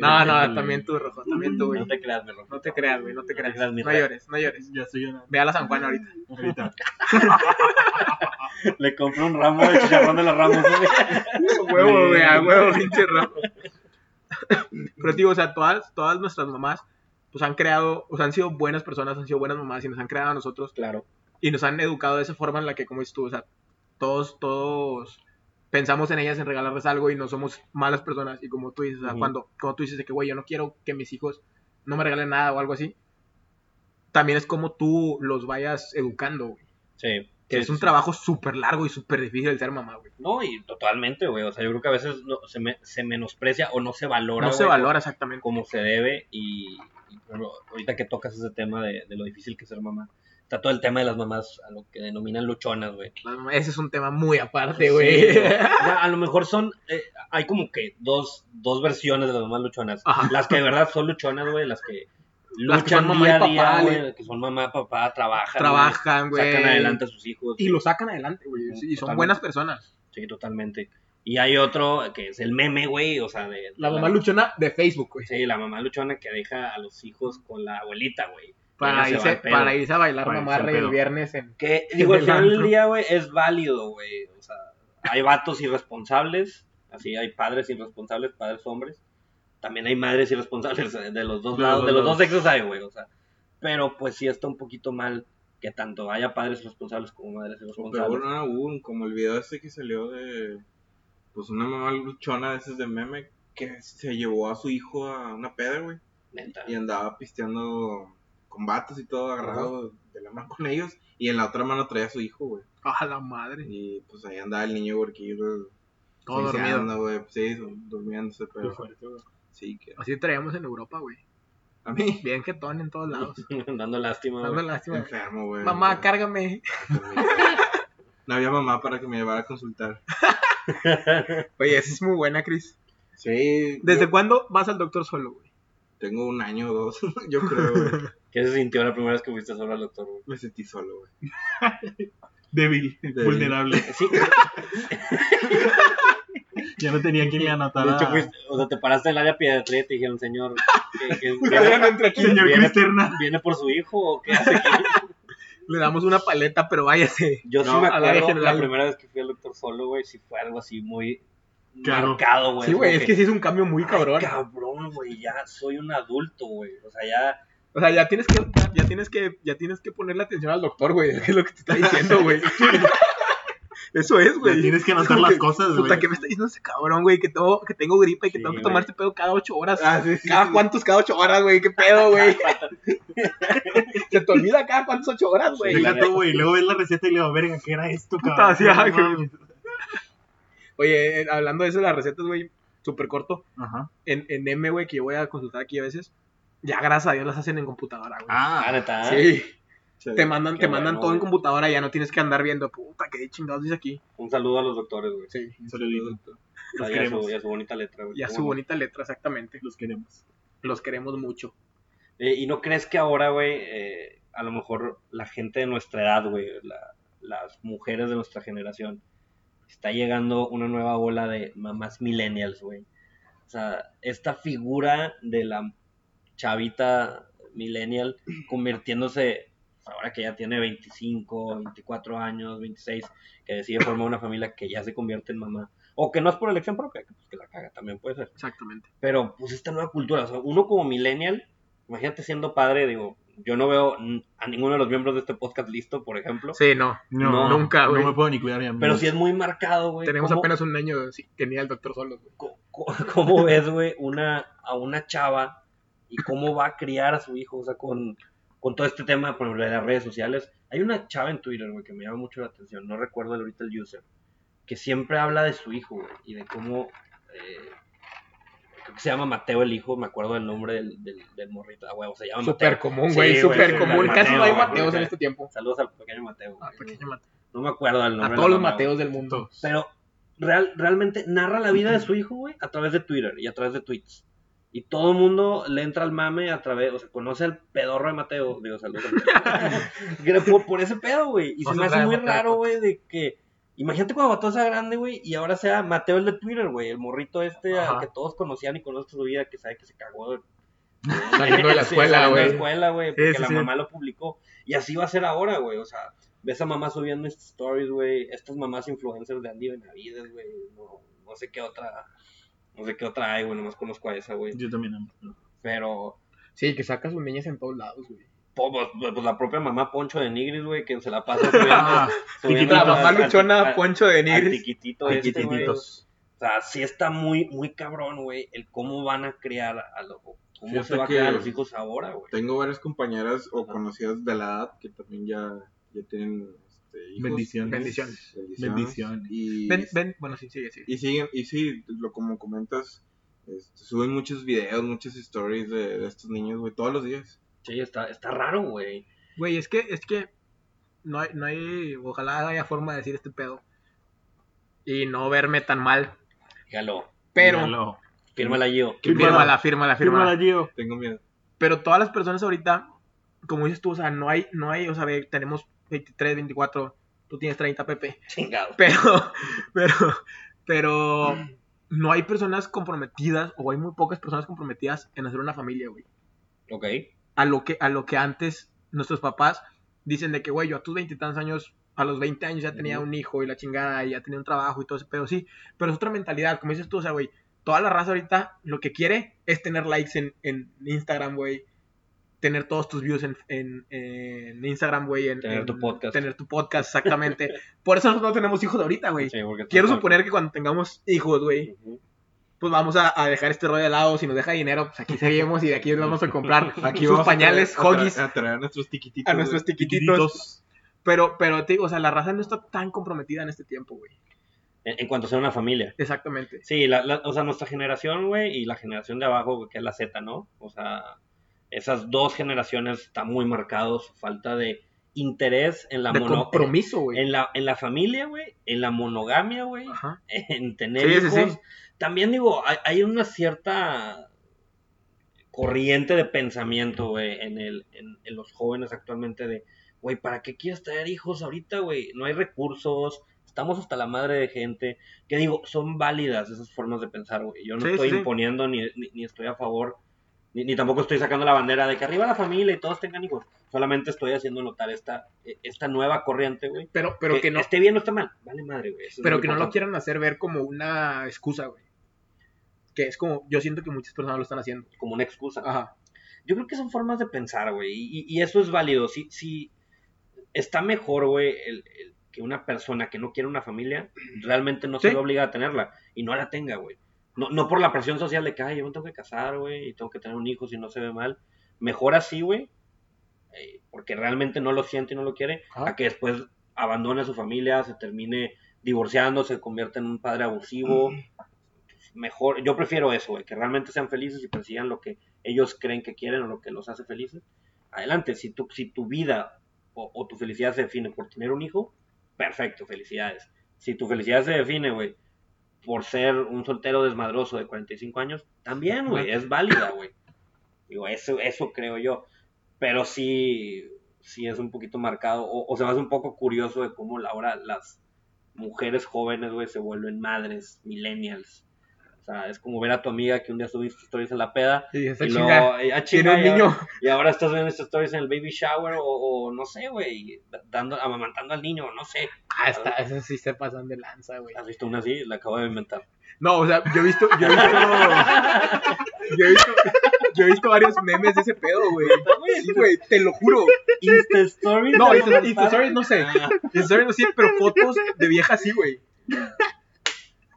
B: <laughs> No, no, también tú, rojo, también tú, güey.
A: No te creas, mi Rojo.
B: No te creas, güey, no te
A: No te
B: creas.
A: creas, mi
B: No
A: rey.
B: llores, no llores.
D: Ya estoy llorando.
B: Ve a la San Juan ahorita.
D: Ahorita.
A: Le compré un ramo de chicharrón de los ramos, güey.
B: huevo, güey, a huevo, pinche rojo. Pero digo, o sea, todas, todas nuestras mamás, pues han creado, o sea, han sido buenas personas, han sido buenas mamás y nos han creado a nosotros
A: Claro.
B: y nos han educado de esa forma en la que, como dices tú, o sea, todos, todos pensamos en ellas, en regalarles algo y no somos malas personas. Y como tú dices, o sea,
A: Ujú.
B: cuando, cuando tú dices de que, güey, yo no quiero que mis hijos no me regalen nada o algo así, también es como tú los vayas educando, güey.
A: Sí.
B: Que
A: Sí,
B: es un
A: sí.
B: trabajo súper largo y súper difícil el ser mamá, güey.
A: No, y totalmente, güey. O sea, yo creo que a veces no- se, me- se menosprecia o no se valora.
B: No se
A: güey,
B: valora exactamente.
A: como se debe y, y, por ejemplo, ahorita que tocas ese tema de, de lo difícil que es ser mamá, está todo el tema de las mamás a lo que denominan luchonas, güey.
B: Ese es un tema muy aparte,
A: Sí,
B: güey. <laughs>
A: güey. O sea, a lo mejor son, eh, hay como que dos, dos versiones de las mamás luchonas.
B: Ajá.
A: Las que de verdad son luchonas, güey, las que
B: Las que
A: luchan
B: son mamá
A: día
B: y
A: a día,
B: papá,
A: güey,
B: güey.
A: que son mamá, papá, trabajan,
B: Trabajan,
A: güey,
B: güey.
A: sacan adelante a sus hijos.
B: Y lo sacan adelante, güey. Y son
A: Totalmente.
B: buenas personas.
A: Sí, totalmente. Y hay otro que es el meme, güey, o sea, de...
B: La
A: de
B: mamá luchona de Facebook, güey.
A: Sí, la mamá luchona que deja a los hijos con la abuelita, güey.
B: Para
A: Ya se va
B: irse,
A: el pedo.
B: para irse a bailar
D: Para irse
B: mamarra
D: al
B: el
D: pedo.
B: viernes en...
A: Que, digo, al
B: el
A: final del
B: antro.
A: día, güey, es válido, güey. O sea, hay vatos irresponsables, así hay padres irresponsables, padres hombres. También hay madres irresponsables eh, de los dos
D: De
A: lados,
D: los
A: de los dos
D: lados.
A: sexos hay, güey. O sea, pero pues sí está un poquito mal que tanto haya padres responsables como madres
C: Pero
A: irresponsables.
C: bueno, aún, como el video ese que salió de. Pues una mamá luchona de esas de meme que se llevó a su hijo a una peda, güey.
A: Neta.
C: Y andaba pisteando combates y todo agarrado de la mano con ellos. Y en la otra mano traía a su hijo, güey.
B: ¡Ah, la madre!
C: Y pues ahí andaba el niño gorquillo.
B: Todo dormido.
C: güey. pues, Sí, durmiéndose, pero. Sí, que.
B: Así traíamos en Europa, güey.
C: A mí.
B: Bien que ton en
A: <laughs>
B: todos lados.
A: Dando lástima,
B: Dando
A: güey.
B: lástima.
C: Enfermo, güey. pues,
B: Mamá, cárgame.
C: No había mamá para que me llevara a consultar.
B: Oye, esa es muy buena, Cris.
C: Sí.
B: ¿Desde
C: yo
B: cuándo vas al doctor solo, güey?
C: Tengo un año o dos, <laughs> yo creo, güey.
A: ¿Qué se sintió la primera vez que fuiste solo al doctor, güey?
C: Me sentí solo, güey.
D: Débil,
C: Débil.
D: vulnerable.
A: Sí, güey.
D: Ya no tenía quien me anotara.
A: de hecho, fuiste- o sea, te paraste en el área de pediatría y te dijeron, señor, que, que-
B: <laughs> Todavía
A: viene,
B: no entra aquí.
D: Señor
A: Viene-
D: Cristerna.
A: viene por su hijo o qué hace aquí?
B: Le damos una paleta, pero váyase.
A: Yo sí
C: No,
A: me
B: a
A: acuerdo
B: la área
A: la
B: general.
A: primera vez que fui al doctor solo, güey, sí fue algo así muy
D: Claro.
A: marcado, güey.
B: Sí, güey,
A: como
B: es que sí es un cambio muy cabrón.
A: Cabrón, güey, ya soy un adulto, güey. O sea, ya.
B: O sea, ya tienes que, ya, ya tienes que, ya tienes que ponerle atención al doctor, güey. Es lo que te está diciendo, güey. Eso es,
D: Ya
B: güey.
D: tienes que anotar
B: Como
D: las
B: que,
D: cosas, güey.
B: Puta, ¿qué me está diciendo ese cabrón, güey? Que tengo, que tengo gripa y que
A: Sí,
B: tengo que
A: güey.
B: tomar este pedo cada ocho horas.
C: Ah, sí, sí.
B: ¿Cada cuántos? Cada ocho horas, güey. ¿Qué pedo, güey?
A: <laughs>
B: Se te olvida cada cuántos ocho horas, güey.
A: Sí,
D: Deja tú, güey. Luego ves la receta y le digo, verga, ¿qué era esto,
B: Puta,
D: cabrón?
B: sí, ay,
D: No
B: güey.
D: mames.
B: Oye, eh, hablando de eso de las recetas, güey, súper corto.
D: Ajá.
B: En, en M, güey, que yo voy a consultar aquí a veces, ya gracias a Dios las hacen en computadora, güey.
A: Ah,
D: Ah,
A: neta, ¿eh?
B: Sí,
C: Sí.
B: te mandan,
A: qué
B: te mandan
A: bueno,
B: todo en
A: güey.
B: computadora, ya no tienes que andar viendo, puta, qué chingados dice aquí.
A: Un saludo a los doctores, güey.
B: Sí.
D: un saludito.
A: O
D: Los
A: sea, y a su,
D: queremos.
A: y a su bonita letra, güey.
B: Y a
A: ¿Cómo
B: su
A: no?
B: bonita letra, exactamente.
D: Los queremos.
B: Los queremos mucho.
A: Eh, y no crees que ahora, güey, eh, a lo mejor la gente de nuestra edad, güey, la- las mujeres de nuestra generación, está llegando una nueva ola de mamás millennials, güey. O sea, esta figura de la chavita millennial convirtiéndose, ahora que ya tiene 25, 24 años, 26, que decide formar una familia que ya se convierte en mamá. O que no es por elección propia, que, pues, que la caga, también puede ser.
B: Exactamente.
A: Pero pues esta nueva cultura, o sea, uno como millennial, imagínate siendo padre, digo, yo no veo n- a ninguno de los miembros de este podcast listo, por ejemplo.
B: Sí, no.
A: No,
B: nunca, güey.
D: No me puedo ni cuidar ya.
A: Pero sí es muy marcado, güey.
B: Tenemos
A: cómo-
B: apenas
A: <laughs>
B: un año sí, que ni al doctor solos, güey.
A: co- co- ¿Cómo ves, güey, una, a una chava y cómo va a criar a su hijo, o sea, con, con todo este tema, por ejemplo, de las redes sociales. Hay una chava en Twitter, güey, que me llama mucho la atención, no recuerdo ahorita el user, que siempre habla de su hijo, güey, y de cómo... eh, creo que se llama Mateo el hijo, me acuerdo del nombre del, del, del morrito, ah, güey, se llama
B: Súper
A: Mateo.
B: común,
A: Sí,
B: güey,
A: güey,
B: súper
A: sí,
B: común.
A: Mateo,
B: Casi no hay
A: güey,
B: Mateos en
A: güey.
B: este tiempo.
A: Saludos al pequeño Mateo. güey.
B: Ah, pequeño Mateo.
A: No me acuerdo del nombre.
B: A
A: de
B: todos
A: la
B: los
A: mamá, güey.
B: Mateos del mundo.
D: Todos.
A: Pero real, realmente narra la vida de su hijo, güey, a través de Twitter y a través de tweets. Y todo el mundo le entra al mame a través, o sea, conoce al pedorro de Mateo, digo, saludos. al
B: <laughs>
A: Mateo. por, por ese pedo, güey. Y
B: No
A: se
B: se
A: me hace
B: trae
A: muy
B: Mateo, pues.
A: raro, güey, de que. Imagínate cuando Mateo sea grande, güey, y ahora sea Mateo el de Twitter, güey, el morrito este al
B: Ajá.
A: que todos conocían y conocen su vida, que sabe que se cagó de
B: Saliendo de
A: <laughs>
B: la
A: Sí,
B: escuela,
A: saliendo de la
B: güey.
A: escuela, güey,
B: Sí,
A: porque
B: sí,
A: la
B: sí.
A: mamá lo publicó. Y así va a ser ahora, güey. O sea, ves a mamá subiendo estas stories, güey. Estas mamás influencers de Andy Benavides, güey. No, no sé qué otra. No sé qué otra hay, güey. Nomás conozco a esa, güey.
D: Yo también amo.
A: Pero.
B: Sí, que saca sus niñas en todos lados, güey.
A: po- Pues, pues la propia mamá Poncho de Nigris, güey, que se la pasa subiendo.
D: Ah,
A: subiendo
B: La
A: al-
B: mamá
A: al-
B: luchona
A: al-
B: Poncho de
A: al
B: Nigris.
A: tiquitito este, güey.
D: Tiquititos.
A: O sea, sí está muy, muy cabrón, güey, el cómo van a crear a los. ¿Cómo se
C: Fíjate
A: va a crear a
C: que-
A: los hijos ahora, güey?
C: Tengo varias compañeras o conocidas de la edad que también ya, ya tienen este, hijos.
D: Bendiciones.
B: Bendiciones.
C: Bendiciones.
D: Bendiciones.
C: Y,
B: Ven, ven. Bueno, sí, sigue, sigue.
C: y siguen, y sí, lo, como comentas, este, suben muchos videos, muchas stories de, de estos niños, güey, todos los días.
A: Sí, está, está raro, güey.
B: Güey, es que, es que no hay, no hay, ojalá haya forma de decir este pedo y no verme tan mal,
A: Dígalo.
B: pero,
D: Míralo.
A: Fírmala yo.
B: fírmala,
D: Fírmala.
B: fírmala,
D: Fírmala,
B: fírmala,
D: Gio.
C: Tengo miedo.
B: pero todas las personas ahorita, como dices tú, o sea, no hay, no hay, o sea, ve, tenemos 23, 24, tú tienes 30, Pepe, <laughs>
A: Chingado.
B: pero, pero, pero no hay personas comprometidas o hay muy pocas personas comprometidas en hacer una familia, güey.
A: Ok.
B: a lo que, a lo que antes nuestros papás dicen de que, güey, yo a tus veintitantos años, a los 20 años ya tenía
A: Ujú.
B: un hijo y la chingada, y ya tenía un trabajo y todo ese pedo, sí, pero es otra mentalidad, como dices tú, o sea, güey, toda la raza ahorita lo que quiere es tener likes en, en Instagram, güey, tener todos tus views en, en, en Instagram, güey, en-
A: Tener
B: en-
A: tu podcast.
B: Tener tu podcast,
A: <laughs>
B: exactamente. Por eso nosotros no tenemos hijos ahorita, güey.
A: Sí, porque
B: Quiero suponer que cuando tengamos hijos, güey,
A: Ujú.
B: pues vamos a, a dejar este rollo de lado. Si nos deja dinero, pues aquí seguimos y de aquí vamos a comprar sus
C: vamos a
B: pañales,
C: traer- a traer-
B: hoggies
C: A traer a nuestros tiquititos.
B: a nuestros
C: güey.
B: tiquititos. Pero, pero te digo, o sea, la raza no está tan comprometida en este tiempo, güey.
A: En, en cuanto sea una familia.
B: Exactamente.
A: Sí, la, la- o sea, nuestra generación, güey, y la generación de abajo, güey, que es la Z, ¿no? O sea, esas dos generaciones está muy marcado su falta de interés en la
B: de
A: mono-
B: compromiso, güey.
A: En la, en la familia, güey, en la monogamia, güey,
B: Ajá.
A: en tener
B: Sí, sí,
A: hijos.
B: sí.
A: También digo, hay, hay una cierta corriente de pensamiento, güey, en, el, en, en los jóvenes actualmente de, güey, ¿para qué quieres tener hijos ahorita, güey? No hay recursos, estamos hasta la madre de gente. Que digo, son válidas esas formas de pensar, güey. Yo no
B: Sí,
A: estoy
B: sí, sí.
A: imponiendo ni, ni, ni estoy a favor, ni, ni tampoco estoy sacando la bandera de que arriba la familia y todos tengan hijos. Solamente estoy haciendo notar esta, e, esta nueva corriente, güey.
B: Pero, pero que, no,
A: esté bien o esté mal, vale madre, güey. Eso es
B: pero
A: muy
B: que no lo
A: importante.
B: quieran hacer ver como una excusa, güey. Que es como, yo siento que muchas personas lo están haciendo.
A: como una excusa.
B: Ajá.
A: Yo creo que son formas de pensar, güey, y, y eso es válido. Si, si está mejor, güey, el- el que una persona que no quiere una familia realmente no se
B: Sí.
A: ve obligada a tenerla y no la tenga, güey. No, no por la presión social de que, ay, yo me tengo que casar, güey, y tengo que tener un hijo si no se ve mal. Mejor así, güey, eh, porque realmente no lo siente y no lo quiere,
B: Ajá.
A: a que después abandone a su familia, se termine divorciando, se convierta en un padre abusivo.
B: Mm.
A: Mejor, yo prefiero eso, güey, que realmente sean felices y persigan lo que ellos creen que quieren o lo que los hace felices. Adelante, si tu, si tu vida o, o tu felicidad se define por tener un hijo, perfecto, felicidades. Si tu felicidad se define, güey, por ser un soltero desmadroso de 45 años, también, güey, es válida, güey. Digo, eso, eso creo yo. Pero sí, sí es un poquito marcado, o, o se me hace un poco curioso de cómo la- ahora las mujeres jóvenes, güey, se vuelven madres, millennials. O sea, es como ver a tu amiga que un día subiste stories en la peda.
B: Y esa
A: Y
B: chinga.
A: luego, eh, ah,
B: Tiene
A: chinga,
B: un
A: y ahora-
B: niño.
A: y ahora estás viendo estas stories en el baby shower o, o no sé, güey, da- dando, amamantando al niño, no sé.
B: <laughs> Ah, está, esas sí se pasan de lanza, güey.
A: ¿Has visto una así? La acabo de inventar.
B: No, o sea, yo he visto, yo he visto, <laughs> yo he visto, yo he visto varios memes de ese pedo, güey. Sí, güey, te
A: <laughs>
B: lo juro.
A: Insta stories.
B: No,
A: de
B: Insta- Insta
A: amamantar.
B: Stories no sé.
A: Ah,
B: Insta Stories no sí, pero fotos de viejas sí, güey.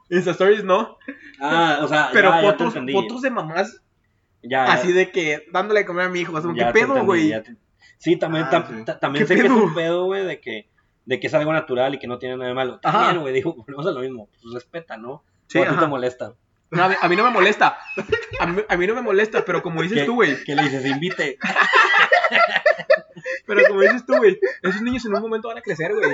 B: Insta Stories no,
A: Ah, o sea,
B: pero
A: Ah, ya- ya te
B: fotos,
A: entendí. Ah,
B: fotos de mamás
A: Ya, ya-
B: Así de que dándole de comer a mi hijo. o sea,
A: ya te
B: ¿Qué pedo,
A: entendí,
B: güey?
A: ya te- Sí, también,
C: Ah,
A: tam-
C: sí.
A: ta- también
B: ¿Qué
A: sé que
B: pedo?
A: es un pedo, güey, de que, de que es algo natural y que no tiene nada de malo.
B: Ajá.
A: También, güey, digo, volvemos a lo mismo. Pues respeta, ¿no?
B: Sí,
A: o a ti
B: ajá.
A: te molesta.
B: No, a, mí, a mí no me molesta. A mí, a mí no me molesta, pero como dices
A: ¿Qué-
B: tú, güey.
A: ¿Qué le dices? Invite.
B: Pero como dices tú, güey. Esos niños en un momento van a crecer, güey.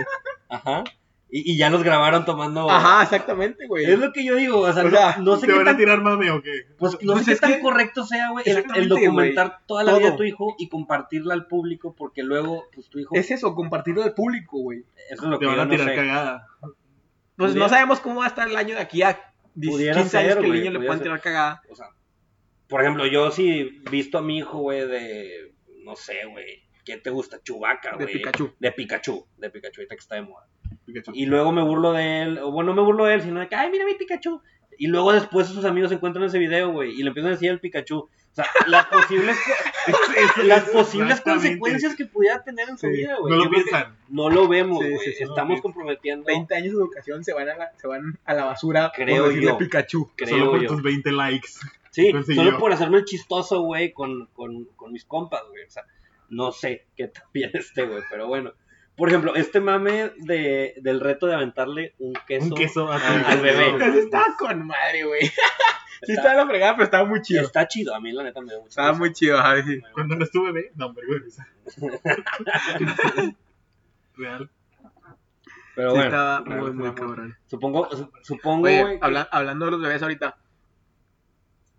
A: Ajá. Y, y ya los grabaron tomando.
B: Ajá, exactamente, güey.
A: Es lo que yo digo, o sea,
D: O
A: no-
D: sea,
A: no, sé
D: ¿Te
A: qué
D: van a
A: tan,
D: tirar mame o qué?
A: pues, no sé
B: Pues
A: qué
B: es
A: tan
B: que-
A: correcto sea, güey, el, el
B: Exactamente,
A: documentar toda la
B: Todo.
A: vida de tu hijo y compartirla al público, porque luego, pues, tu hijo,
B: Es eso, compartirlo al público, güey.
A: eso es lo que
D: Te
A: yo
D: van a
A: no
D: tirar
A: sé. <laughs>
D: cagada.
B: Pues
A: Pudiera-
B: no sabemos cómo va a estar el año de aquí a 10,
A: Pudiera
B: 15 años
A: ser,
B: que el
A: güey,
B: niño le
A: pudiera
B: puedan
A: ser.
B: tirar cagada.
A: O sea, por ejemplo, yo sí visto a mi hijo, güey, de, no sé, güey, ¿qué te gusta? Chubaca,
B: De
A: Ah, güey.
B: Pikachu.
A: De Pikachu, de Pikachu, ahorita que está de moda.
D: Pikachu.
A: Y luego me burlo de él, o bueno, no me burlo de él, sino de que, ay, mira mi Pikachu. Y luego después sus amigos encuentran ese video, güey, y le empiezan a decir el Pikachu. O sea, las <laughs> posibles, las
B: <laughs>
A: posibles
D: Exactamente.
A: consecuencias que pudiera tener en su
B: Sí.
A: vida, güey.
D: No
A: Yo
D: lo
A: creo que
D: piensan.
A: No lo vemos,
B: Sí,
A: güey.
B: sí, sí, no lo
A: Estamos
D: piensan.
A: comprometiendo,
B: 20 años de educación se van a la, se van a la basura
A: Creo
B: por decirle
A: yo.
B: Pikachu.
D: Solo
A: creo
D: por
A: yo.
D: tus 20 likes.
A: Sí,
D: Pues sí,
A: solo
D: yo.
A: por hacerme el chistoso, güey, con, con, con mis compas, güey. O sea, no sé qué también este, güey, pero bueno. Por ejemplo, este mame de, del reto de aventarle un queso.
D: Un queso a tu
A: al-
D: hijo.
A: al
D: <laughs>
A: bebé.
B: Eso estaba con madre, güey. Sí
A: Está-
B: estaba la fregada, pero estaba muy chido.
A: Está chido, a mí la neta me da mucho
B: Estaba
A: gusto.
B: muy chido, ajá, sí.
D: Cuando no es tu bebé, no, hombre, güey. o sea. <laughs> Real.
A: Pero
B: Sí
A: bueno,
B: estaba
A: bueno,
B: muy, muy
A: bueno.
B: cabrón.
A: supongo, su- supongo,
B: Oye,
A: güey, que-
B: habla- hablando de los bebés ahorita.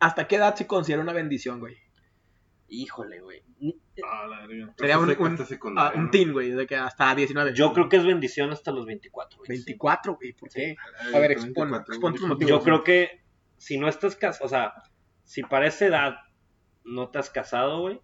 B: ¿Hasta qué edad se considera una bendición, güey?
A: Híjole, güey. Ni-
D: Ah, la verga.
B: Sería un,
C: Hasta
B: un,
C: secundaria,
B: ah, un
C: ¿no?
B: teen, güey, de que hasta 19.
A: Yo creo que es bendición hasta los 24, güey.
B: 24, güey, ¿por qué?
C: Ay,
B: A ver, expon-
C: también te cuatro,
B: expon tus
C: güey.
B: motivos.
A: Yo creo que si no estás casado, o sea, si para esa edad no te has casado, güey,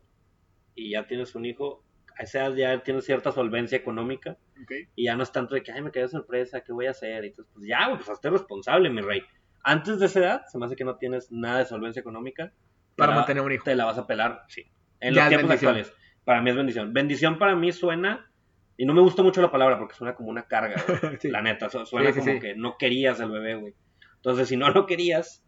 A: y ya tienes un hijo, a esa edad ya tienes cierta solvencia económica
B: Ok.
A: y ya no es tanto de que, ay, me quedé sorpresa, ¿qué voy a hacer? Y entonces, pues ya, güey, pues hazte responsable, mi rey. Antes de esa edad, se me hace que no tienes nada de solvencia económica. Te
B: Para
A: la-
B: mantener un hijo.
A: Te la vas a pelar, sí. En los
B: Ya es
A: tiempos
B: bendición.
A: actuales. Para mí es bendición. Bendición para mí suena, y no me gusta mucho la palabra porque suena como una carga, güey.
B: <laughs> Sí.
A: La neta, su- suena
B: Sí, sí,
A: como
B: sí.
A: que no querías al bebé, güey. Entonces, si no lo querías,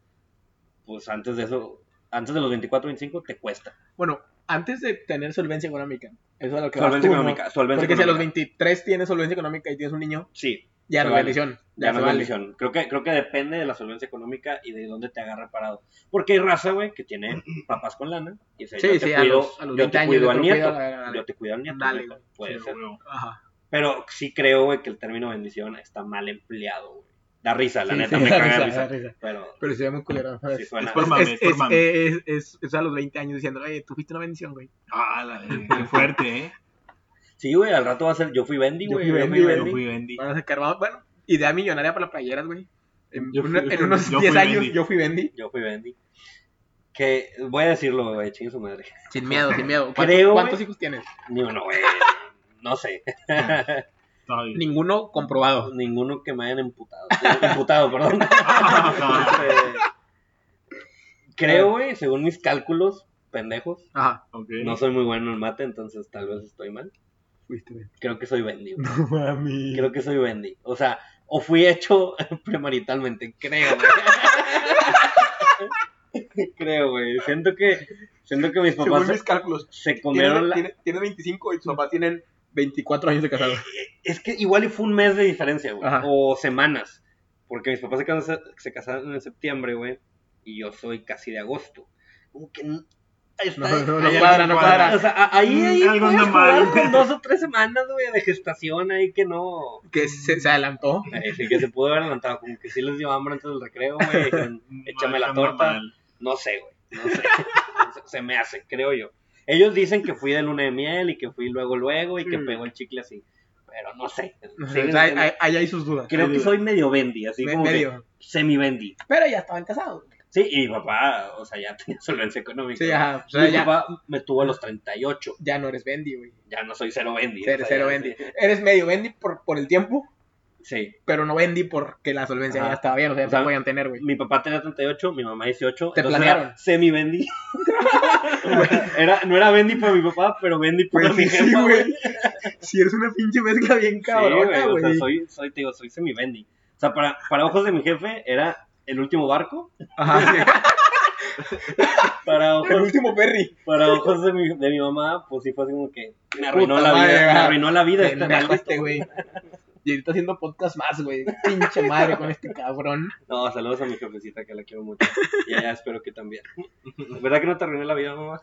A: pues antes de eso, antes de los 24, 25, te cuesta.
B: Bueno, antes de tener solvencia económica, eso es lo que vas
A: Solvencia
B: tú, ¿no?
A: económica, solvencia
B: Porque si a los
A: económica.
B: 23 tienes solvencia económica y tienes un niño,
A: Sí,
B: ya
A: Se
B: no es
A: vale.
B: bendición.
A: ya, no
B: se
A: es
B: vale.
A: bendición. Creo que, creo que depende de la solvencia económica y de dónde te agarre parado. Porque hay raza, güey, que tiene
B: <clears throat>
A: papás con lana y dice,
B: Sí,
A: yo te
B: sí, a
A: cuido,
B: los- a los
A: yo
B: 20
A: te
B: años,
A: cuido
B: yo
A: al
B: te
A: nieto,
B: cuido, la- la-
A: yo te cuido al nieto.
B: Dale,
A: güey,
B: güey.
A: puede
D: Sí,
A: ser.
D: güey.
B: Ajá.
A: Pero sí creo, güey, que el término bendición está mal empleado, güey. Da risa, la
B: Sí,
A: neta,
B: sí,
A: me
B: da
A: caga de
B: risa,
A: risa.
B: da risa. Pues,
A: Pero
B: Pero se ve muy culero. ¿sabes?
A: sí suena.
D: Es por mame,
B: es,
D: por
B: es-
D: mame.
B: es- es- es a los 20 años diciendo, oye, tú fuiste una bendición, güey.
D: Ah, la verga. Qué fuerte, ¿eh?
A: Sí, güey, al rato va a ser, yo fui Bendy,
B: Yo
A: güey.
B: fui
A: yo
B: Bendy,
A: fui
B: güey,
D: Yo
A: Bendy.
D: fui Bendy.
B: Van a sacar, vamos- bueno, idea millonaria para playeras, güey. En,
D: Yo fui-
B: una- en unos
D: yo fui
B: 10 años
D: Bendy.
B: yo fui Bendy.
A: Yo fui Bendy. Que voy a decirlo, güey, chingue su madre. <laughs>
B: Sin miedo, sin miedo. ¿Cuántos,
A: Creo,
B: cuántos
A: güey.
B: hijos tienes?
A: Ni uno, güey. No sé.
D: Está bien.
B: Ninguno comprobado.
A: Ninguno que me hayan
B: <laughs>
A: emputado. Eh, Imputado, perdón.
D: Ah,
A: Este, Creo, güey, según mis cálculos pendejos,
B: Ajá.
D: ok.
A: no soy muy bueno en mate, entonces tal vez estoy mal.
B: Fuiste Bendy.
A: Creo que soy Bendy, güey.
B: <laughs> No mami.
A: Creo que soy Bendy. O sea, o fui hecho <laughs> premaritalmente, creo, güey. creo, güey. Siento que, siento que mis papás
B: Según
A: se,
B: mis cálculos,
A: se
B: tiene,
A: comieron la...
B: tiene- tiene 25 y tus papás tienen 24 años de casado.
A: Es que igual y fue un mes de diferencia, güey.
B: Ajá.
A: O semanas. Porque mis papás se casa- se casaron en septiembre, güey. Y yo soy casi de agosto. Como que... n- ahí está-
B: No, no, no
A: ahí-
B: cuadra, no cuadra.
A: O sea, a- ahí,
D: Mm,
A: ahí
D: algo
A: puedes
D: anda mal.
A: jugar con dos o tres semanas, güey, de gestación ahí que no...
B: Que se, se adelantó.
A: El que se pudo haber adelantado, como que sí les dio hambre antes del recreo, güey.
B: <laughs>
A: dijeron, Échame la
D: Anda
A: torta.
D: mal.
A: No sé, güey. No sé. Se- Se me hace, creo yo. Ellos dicen que fui de luna de miel y que fui luego, luego y que
B: Mm.
A: pegó el chicle así. Pero no sé.
B: O
A: Siguen
B: sea, hay-
A: siendo-
B: hay- ahí hay sus dudas.
A: Creo
B: Hay
A: que
B: dudas.
A: soy medio bendy, así
B: Me-
A: como
B: medio.
A: semi-bendy.
B: Pero ya estaban casados.
A: Sí, y mi papá, o sea, ya <laughs> tenía solvencia económica.
B: Sí, ajá. O sea,
A: mi
B: ya,
A: papá me tuvo a los 38.
B: ya no eres Bendy, güey.
A: Ya no soy cero bendy. o
B: Eres
A: sea,
B: cero
A: ya-
B: Bendy. Eres medio Bendy por, por el tiempo,
A: Sí.
B: pero no Bendy porque la solvencia
A: Ajá.
B: ya estaba bien. O sea,
A: O sea,
B: no podían tener, <laughs> güey.
A: Mi papá tenía 38, mi mamá 18.
B: Te
A: entonces
B: planearon.
A: Era semi-bendy. <laughs> Era- no era bendy por mi papá, pero bendy por
B: Pues
A: mi jefa, güey.
B: Si eres una pinche mezcla bien cabrona,
A: Sí, güey,
B: güey.
A: O sea, soy, soy, te digo, soy semi-bendy. O sea, para, para ojos de mi jefe, era el último barco,
B: Ajá, sí.
A: <laughs> Para
B: El
A: ojos,
B: último Perry.
A: para ojos de, mi, de mi mamá, pues sí fue así como que me arruinó
B: Puta
A: la
B: madre,
A: vida. Me
B: ¿verdad?
A: arruinó la vida este
B: Me dejó
A: maldito.
B: este güey. Y ahorita haciendo podcast más, güey. Pinche madre con este cabrón.
A: No, saludos a mi jefecita que la quiero mucho. Y allá espero que también. <laughs> ¿Verdad que no te arruiné la vida, mamá?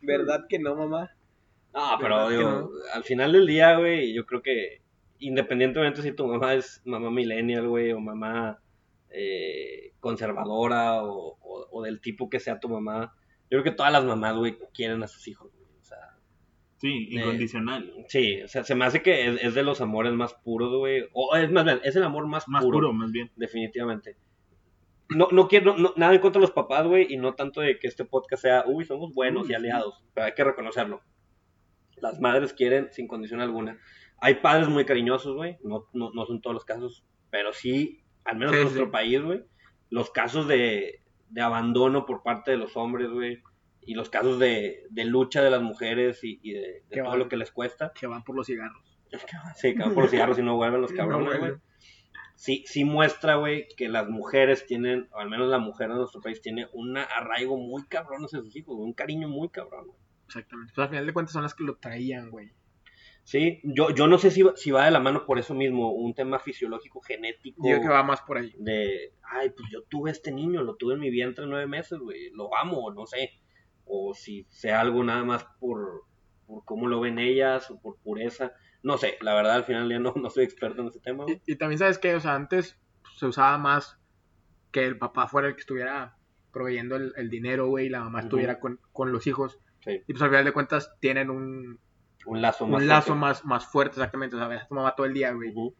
B: ¿Verdad que no, mamá?
A: No,
B: ¿Verdad
A: pero
B: que
A: digo, al final del día, güey, yo creo que independientemente si tu mamá es mamá millennial, güey, o mamá eh, conservadora o, o- o del tipo que sea tu mamá, yo creo que todas las mamás, güey, quieren a sus hijos, güey. O sea,
D: Sí,
A: Eh,
D: incondicional.
A: sí, o sea, se me hace que es, es de los amores más puros, güey. O es más, bien, es el amor más,
D: Más
A: puro.
D: puro, más bien.
A: definitivamente. No, no quiero, no- nada en contra de los papás, güey, y no tanto de que este podcast sea, uy, somos buenos
D: Uy,
A: y aliados, pero hay que reconocerlo. Las madres quieren sin condición alguna. Hay padres muy cariñosos, güey, no, no, no son todos los casos, pero sí, al menos
B: Sí,
A: en nuestro
B: sí.
A: país, güey, los casos de, de abandono por parte de los hombres, güey, y los casos de, de lucha de las mujeres y, y de, de
B: Qué
A: todo
B: bueno.
A: lo que les cuesta.
B: Que van por los cigarros.
A: Sí, cabrón, por los cigarros y <laughs> no vuelven los cabrones,
B: No,
A: güey
B: güey.
A: sí, sí muestra, güey, que las mujeres tienen, o al menos la mujer de nuestro país tiene un arraigo muy cabrón hacia sus hijos, güey, un cariño muy cabrón, güey.
B: Exactamente. Pues al final de cuentas son las que lo traían, güey.
A: Sí, yo, yo no sé si, va- si va de la mano por eso mismo, un tema fisiológico, genético,
B: Digo que va más por ahí.
A: de, ay, pues yo tuve este niño, lo tuve en mi vientre nueve meses, güey, lo amo, no sé, o si sea algo nada más por, por cómo lo ven ellas, o por pureza, no sé, la verdad al final ya no, no soy experto en ese tema, güey.
B: Y, y también sabes que, o sea, antes se usaba más que el papá fuera el que estuviera proveyendo el, el dinero, güey, y la mamá
A: Ujú.
B: estuviera con, con los hijos.
A: Sí.
B: Y pues al final de cuentas tienen un,
A: un lazo más.
B: un lazo
A: fuerte.
B: más, más fuerte, exactamente. O sea, ves a tu mamá todo el día, güey.
A: Ujú.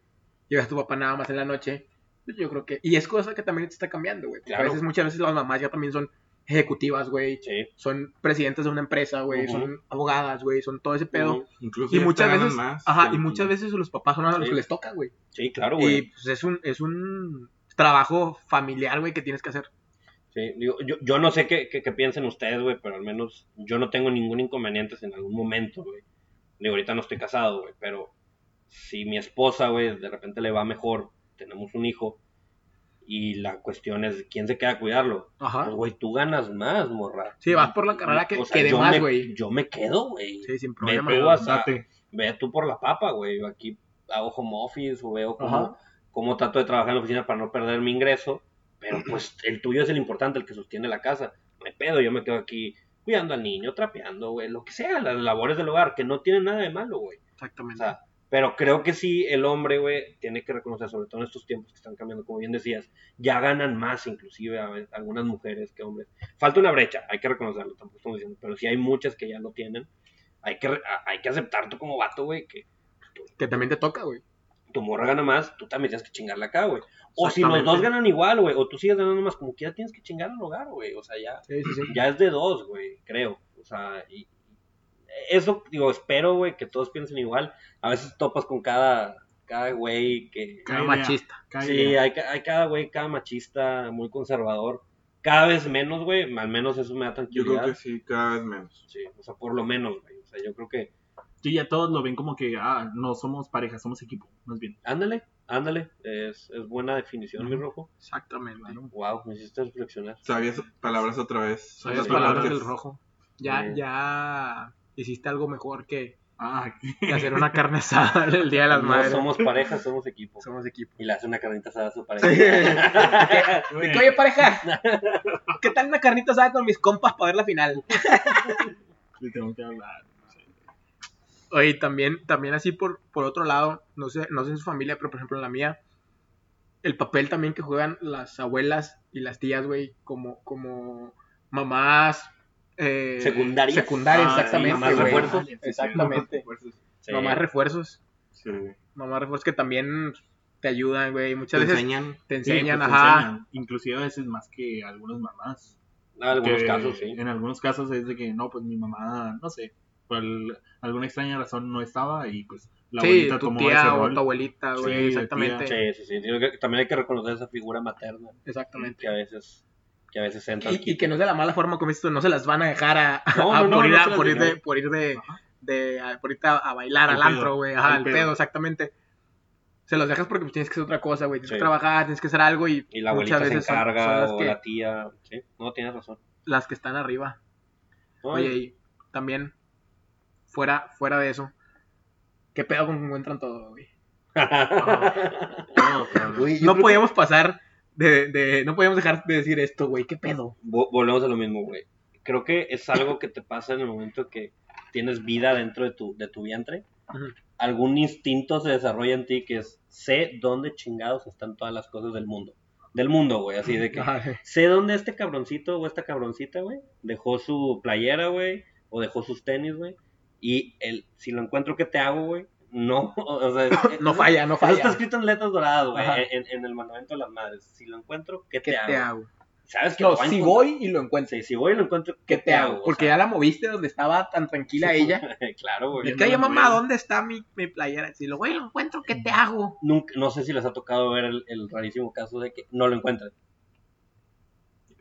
B: Llegas a tu papá nada más en la noche. Pues yo creo que. Y es cosa que también te está cambiando, güey. porque A
A: Claro.
B: veces, muchas veces las mamás ya también son ejecutivas, güey.
A: Sí.
B: Son presidentes de una empresa, güey.
A: Ujú.
B: Son abogadas, güey. Son todo ese pedo.
A: Ujú.
C: Incluso
B: Y
C: ya
B: muchas
C: te ganan
B: veces,
C: más
B: ajá,
C: que-
B: y muchas veces los papás son a los
A: Sí.
B: que les toca, güey.
A: Sí, claro, güey.
B: Y pues es un, es un trabajo familiar, güey, que tienes que hacer.
A: Sí, digo, yo, yo no sé qué, qué, qué piensen ustedes, güey, pero al menos yo no tengo ningún inconveniente si en algún momento, güey. Digo, ahorita no estoy casado, güey, pero si mi esposa, güey, de repente le va mejor, tenemos un hijo, y la cuestión es quién se queda a cuidarlo.
B: Ajá.
A: Pues, güey, tú ganas más, morra.
B: Ah. Sí, vas por la carrera que,
A: O sea,
B: que de
A: yo
B: más,
A: me-
B: güey.
A: Yo me quedo, güey.
B: Sí, sin
A: Me
B: problema.
A: pego hasta-
D: Date.
A: Ve tú por la papa, güey. Yo aquí hago home office o veo cómo,
B: Ajá.
A: cómo trato de trabajar en la oficina para no perder mi ingreso, pero pues el tuyo es el importante, el que sostiene la casa. No hay pedo, yo me quedo aquí cuidando al niño, trapeando, güey, lo que sea, las labores del hogar, que no tienen nada de malo, güey. O
B: Exactamente.
A: sea, pero creo que sí, el hombre, güey, tiene que reconocer, sobre todo en estos tiempos que están cambiando, como bien decías, ya ganan más, inclusive, a veces, algunas mujeres que hombres. Falta una brecha, hay que reconocerlo, tampoco estamos diciendo, pero sí hay muchas que ya lo tienen. Hay que, re- a- hay que aceptar tú como vato, güey, que
B: que también te toca, güey.
A: tu morra gana más, tú también tienes que chingarla acá, güey. O si los
B: Exactamente.
A: dos ganan igual, güey, o tú sigues ganando más, como quiera tienes que chingar al hogar, güey. O sea, ya, <laughs>
B: Sí, sí, sí.
A: ya es de dos, güey, creo. O sea, y eso, digo, espero, güey, que todos piensen igual. A veces topas con cada, cada güey que...
B: Cada
D: Cállate.
B: machista.
A: Sí, hay, ca- hay cada güey, cada machista, muy conservador. Cada vez menos, güey, al menos eso me da
C: Yo creo
A: tranquilidad.
C: que sí, cada vez menos.
A: Sí, o sea, por lo menos, güey. O sea, yo creo que...
D: Sí, ya todos lo ven como que, ah, no somos pareja, somos equipo, más bien.
A: Ándale, ándale. Es, es buena definición, mi
D: Ujú.
A: rojo.
B: Exactamente.
A: Wow, me hiciste reflexionar.
C: Sabias palabras otra vez.
B: Son
D: Las
B: las
C: Sabias
B: palabras
D: palabras.
B: del rojo. Ya,
A: Sí.
B: ya hiciste algo mejor que,
D: Ah, <laughs>
B: que hacer una carne asada el día de las
A: no
B: madres.
A: somos
B: <laughs>
A: pareja, somos equipo.
B: Somos equipo.
A: Y le hace una carnita asada a su pareja.
B: De que, oye, <laughs> pareja, ¿qué tal una carnita asada con mis compas para ver la final?
D: le tengo que hablar. no sé.
B: Oye, también, también así por, por otro lado, no sé, no sé en su familia, pero por ejemplo en la mía, el papel también que juegan las abuelas y las tías, güey, como, como mamás eh,
A: Secundarias.
B: Secundarias,
D: Ah, sí,
B: exactamente.
A: mamás
B: güey.
A: refuerzos.
B: Exactamente.
A: Sí.
B: Mamás refuerzos.
C: Sí.
B: Mamás refuerzos que también te ayudan, güey.
C: Te
B: Muchas veces
C: enseñan.
B: te
D: Sí,
B: enseñan,
D: pues,
B: ajá.
D: enseñan. Inclusive a veces más que algunas mamás.
A: En algunos
D: que
A: casos, sí.
D: En algunos casos es de que no, pues mi mamá, no sé, por al- alguna extraña razón no estaba y pues la
B: Sí,
D: abuelita
B: tu
D: tomó ese
B: tía o
D: rol.
B: tu abuelita,
D: Sí,
B: güey,
D: de
B: exactamente.
A: Sí, sí, sí. Digo que También hay que reconocer esa figura materna
B: Exactamente.
A: que a veces, que a veces entra. al
B: Y, y
A: quite.
B: que no es de la mala forma como dices tú, no se las van a dejar a,
A: No,
B: a-
A: no, no,
B: por, ir
A: no
B: a-
A: se las
B: por ir de,
A: dejaron.
B: por ir de,
D: Ajá.
B: de- a, por irte a, a bailar
D: Al
B: al
D: pedo,
B: antro, güey, ajá,
D: al
B: al
D: pedo.
B: pedo, exactamente. se los dejas porque pues, tienes que hacer otra cosa, güey. Tienes
A: Sí.
B: que trabajar, tienes que hacer algo y,
A: Y la
B: muchas
A: abuelita se
B: veces son-
A: encarga
B: son las
A: o
B: que-
A: la tía. Sí, no, tienes razón.
B: las que están arriba.
A: No, <laughs>
B: Oye, y también, fuera, fuera de eso, ¿qué pedo con que encuentran todo, güey?
D: No, cabrón.
A: Güey, yo
B: No
A: creo
B: podíamos pasar de, de- no podíamos dejar de decir esto, güey, ¿qué pedo?
A: que vo- volvemos a lo mismo, güey. Creo que es algo que te pasa en el momento que tienes vida dentro de tu, de tu vientre.
B: Ujú.
A: Algún instinto se desarrolla en ti que es, sé dónde chingados están todas las cosas del mundo. Del mundo, güey, así de que...
B: Ajá, güey.
A: Sé dónde este cabroncito o esta cabroncita, güey, dejó su playera, güey, o dejó sus tenis, güey. Y el, si lo encuentro, ¿qué te hago, güey? No, <laughs> o sea, es-
B: <laughs> No falla, no
A: Eso está
B: falla.
A: escrito en letras doradas, güey,
B: Ajá.
A: en, en el mandamiento de las madres. Si lo encuentro, ¿qué,
B: ¿Qué
A: te, hago?
B: te hago?
A: ¿Sabes que
B: No,
A: lo voy a
B: si
A: encontrar?
B: voy y lo encuentro,
A: Sí, si voy y lo encuentro, ¿qué,
B: ¿qué te hago? Porque ya la moviste donde estaba tan tranquila ella.
A: ya... <laughs> claro, güey.
B: Y
D: Viendo
B: que, oye,
D: la
B: mamá,
D: novela.
B: ¿dónde está mi, mi playera? Si lo voy y lo encuentro, ¿qué te hago?
A: Nunca, no sé si les ha tocado ver el, el rarísimo caso de que no lo encuentran.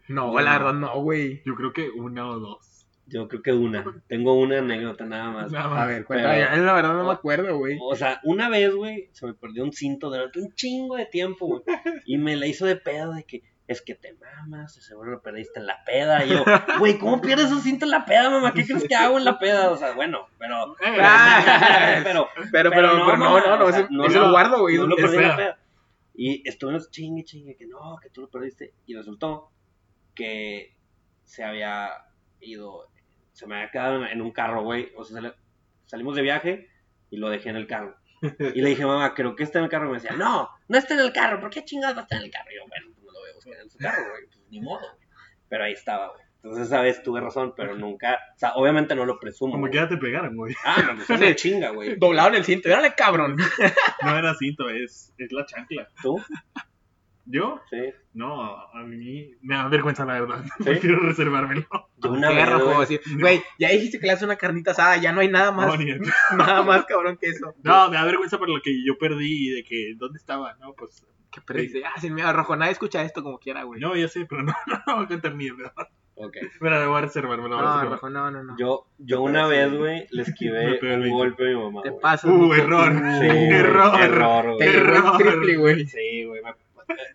B: No,
D: No.
B: la verdad no, güey.
D: Yo creo que una o dos.
A: Yo creo que una. Tengo una anécdota nada más.
D: Nada más.
B: A ver, cuéntame,
A: Pero-
B: ya, la verdad no me acuerdo, <laughs> güey.
A: O sea, una vez, güey, se me perdió un cinto durante un chingo de tiempo, güey. Y me la hizo de pedo de que es que te mamas, seguro lo perdiste en la peda. Y yo, güey, ¿cómo pierdes un cinto en la peda, mamá? ¿Qué crees que hago en la peda? O sea, bueno, pero.
D: Eh,
B: Ah.
A: <laughs> pero
B: <laughs> Pero, pero, pero, no,
A: mamá,
B: no, no,
A: o sea,
B: ese, ese lo guardo, güey.
A: no lo
B: ese-
A: perdí en la
D: era.
A: peda. Y estuvimos chingue, chingue, que no, que tú lo perdiste. Y resultó que se había ido, se me había quedado en, en un carro, güey. O sea, sal- salimos de viaje y lo dejé en el carro. Y le dije, mamá, creo que está en el carro. Y me decía, no, no está en el carro, ¿por qué chingados va a estar en el carro? Y yo, bueno, pues no lo voy a buscar en su carro, güey, pues ni modo, güey. Pero ahí estaba, güey. Entonces esa vez tuve razón, pero nunca, o sea, obviamente no lo presumo.
D: Como
A: güey.
D: que ya te pegaron, güey. <laughs>
A: Ah, me puso una chinga, güey.
B: Doblado en el cinto, órale, cabrón.
D: No era cinto, es, es la chancla.
A: ¿Tú?
D: Yo,
A: Sí.
D: no, a mí me da vergüenza, la verdad.
A: ¿Sí?
D: <laughs> Prefiero reservármelo.
A: Yo una vez,
B: Perro,
A: güey,
B: güey, así, Güey, ya dijiste que le haces una carnita asada, ya no hay nada más,
D: No, ni-
B: <laughs> nada más cabrón que eso.
D: no, me da vergüenza por lo que yo perdí y de que, ¿dónde estaba? No, pues,
B: Que pero dice, ah, sin miedo, rojo, nadie escucha esto como quiera, güey.
D: no, yo sé, pero no, <laughs> no, no voy a contar ni mierda.
A: ok.
D: Pero me voy a reservármelo.
B: no,
A: Ah,
B: no
D: a ver si lo-
B: rojo, no, no, no.
A: Yo, yo una vez, güey, le <laughs> esquivé
D: Me pegó el
A: un
D: grito.
A: golpe a mi mamá.
B: te
A: güey.
B: pasas.
D: Uh,
B: mijo.
D: error.
A: Sí, güey,
D: Error.
A: Error,
B: Te
A: güey.
D: Error.
B: erró el triple, güey.
A: Sí, güey. me-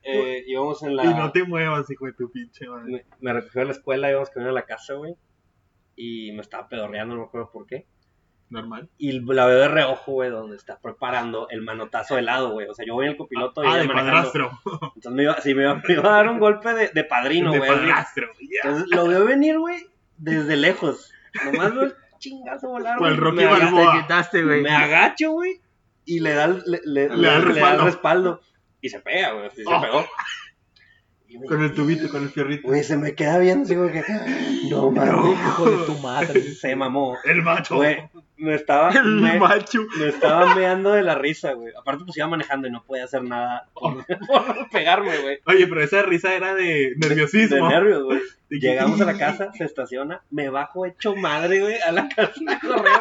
A: eh, íbamos en la.
D: Y no te muevas, hijo de tu pinche madre.
A: me, me recogió a la escuela, íbamos caminando a la casa, güey. Y me estaba pedorreando, no me acuerdo por qué.
D: Normal.
A: Y la veo de reojo, güey, donde está preparando el manotazo de lado, güey. O sea, yo voy en el copiloto y
D: ah,
A: ella
D: de
A: manejando.
D: padrastro.
A: Entonces me iba, sí, me iba, me iba a dar un golpe de, de padrino,
D: de
A: güey. así.
D: padrastro. ya.
A: Entonces lo veo venir, güey, desde lejos. Nomás
D: <laughs>
A: veo el chingazo volar,
D: Cual
A: güey.
D: Rocky
A: Me agacho-
D: Balboa.
B: Te quitaste, güey.
A: Me agacho, güey, y le da, el- le, le- le-
C: Le
D: da el
A: le da el
D: respaldo.
A: respaldo. Y se pega, güey, sí, se
D: Oh.
A: pegó. Y, güey,
C: Con el tubito, con el fierrito.
A: Güey, se me queda viendo, así como que. "Ah, No mames,
B: Hijo de tu madre.
A: se mamó.
D: El macho.
A: Güey, me estaba. Me,
D: macho.
A: me estaba meando de la risa, güey. Aparte, pues iba manejando y no podía hacer nada por, <laughs> por pegarme, güey.
D: Oye, pero esa risa era de nerviosismo.
A: De nervios, güey.
D: De que-
A: Llegamos a la casa, se estaciona, me bajo hecho madre, güey, a la casa de correo.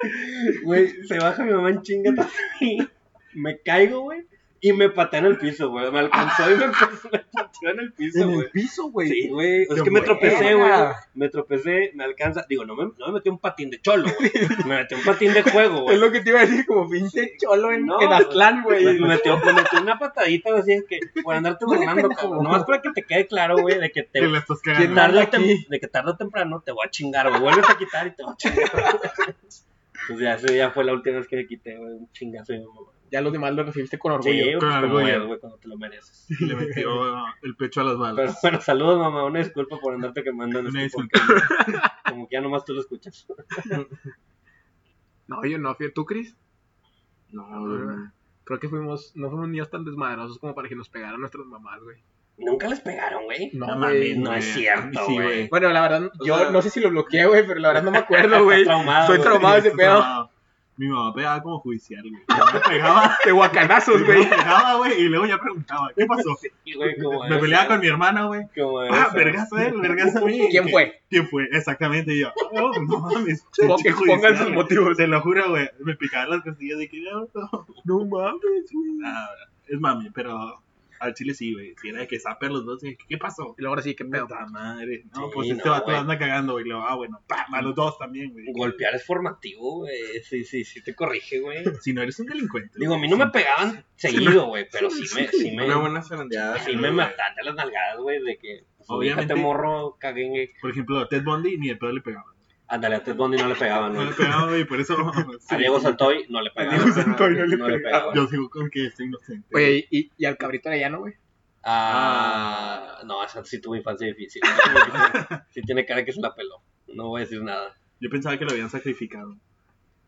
A: Güey, Güey, se baja mi mamá en chinga también. Me caigo, güey, y me patea en el piso, güey. Me alcanzó y me, <laughs> empezó- me pateó en el piso,
B: En
A: güey.
B: el piso, güey.
A: Sí, güey. Es que me
D: Qué
A: tropecé, güey.
B: buena.
A: Me tropecé, me alcanza. Digo, no me, no me metí un patín de cholo, güey. Me metí un patín de juego,
B: Es
D: <laughs>
A: güey.
B: lo que te iba a decir, como pinche cholo en,
A: No,
B: en Aztlán, güey.
A: Me metió, me metió una patadita, güey, así es que por andarte
B: Oye,
A: burlando,
B: pendejo.
A: cabrón. Nomás para que te quede claro, güey, de que te,
D: Que la estás
A: que
D: cagando.
B: ¿Quién
A: tarde, o
B: habla
A: tem-
B: aquí?
A: de que tarde o temprano te voy a chingar, güey. Vuelves a quitar y te voy a chingar. Pues ya, ese día fue la última vez que me quité, güey. Un chingazo de mi mamá.
B: Ya los demás lo recibiste con
A: Sí,
B: orgullo.
A: pues, como
D: orgullo.
A: es, güey, cuando te lo mereces.
D: Y le metió el pecho a las balas.
A: Pero bueno, saludos, mamá. Una disculpa por andarte quemando en
D: Una
A: este
D: disculpa.
A: podcast. Como que ya nomás tú lo escuchas.
B: No, yo no, fío. ¿Tú, Cris?
C: No, güey.
B: Creo que fuimos, no fuimos niños tan desmadrosos como para que nos pegaran nuestras mamás, güey.
A: Nunca les pegaron, güey.
B: No,
D: mames,
A: No es cierto,
D: Sí,
A: güey.
B: Bueno, la verdad,
C: O
B: yo
C: sea-
B: no sé si lo bloqueé, güey, pero la verdad no me acuerdo, güey.
A: Estás traumado,
B: Soy
A: güey.
B: traumado ese
D: Estás
B: pedo.
D: traumado. Mi mamá pegaba como judicial, güey. Me
A: <laughs>
D: pegaba,
B: De guacanazos,
D: me <laughs>
B: güey.
D: pegaba, güey, y luego ya preguntaba, ¿qué pasó?
A: Sí, güey, como
D: Me
A: es,
D: peleaba con mi hermana, güey.
A: como
D: Ah,
A: es. eh.
D: vergazo él, vergazo
A: <laughs>
D: a mí.
B: ¿Quién fue?
D: ¿Quién fue? Exactamente, y yo. "Oh, no
A: <laughs>
D: mames.
B: Pongan-
D: pinche
B: pongan
D: judicial,
B: sus
D: güey".
B: motivos.
D: Te lo juro, güey. Me picaban las costillas de que no, no.
B: No mames, güey.
D: Ah, es mami, pero Al chile sí, güey. Si era de que zapper los dos, y, ¿qué pasó?
B: Y luego ahora sí, qué pedo.
D: Puta madre. No,
A: Sí,
D: pues este
A: no,
D: vato
A: güey.
D: anda cagando, güey. Y luego, ah, bueno, pam, a los dos también, güey.
A: Golpear es formativo, güey. Sí, sí, sí te corrige,
D: <laughs>
A: güey.
D: Si no eres un delincuente.
A: Digo, a mí no me pegaban seguido, güey, pero sí me, sí me,
C: Una buena zarandeada.
A: sí me mataste a las nalgadas, güey, de que pues,
D: Obviamente.
A: ubícate, morro, caguengue.
D: Por ejemplo, a Ted Bundy ni de pedo le pegaban.
A: Ándale, a Ted Bundy no le pegaban,
D: <laughs> No
A: güey.
D: le pegaban, güey, por eso.
A: <laughs> A Diego Santoy no le
D: A Diego
A: pegaban.
D: Santoy no le
A: No le
D: pegaba.
A: pegaban.
D: Yo sigo con que estoy inocente.
B: Oye, y, y al cabrito arellano, güey.
A: Ah, no, esa sí tuvo infancia difícil.
D: <laughs>
A: güey. Sí tiene cara que se la peló. No voy a decir nada.
D: Yo pensaba que lo habían sacrificado.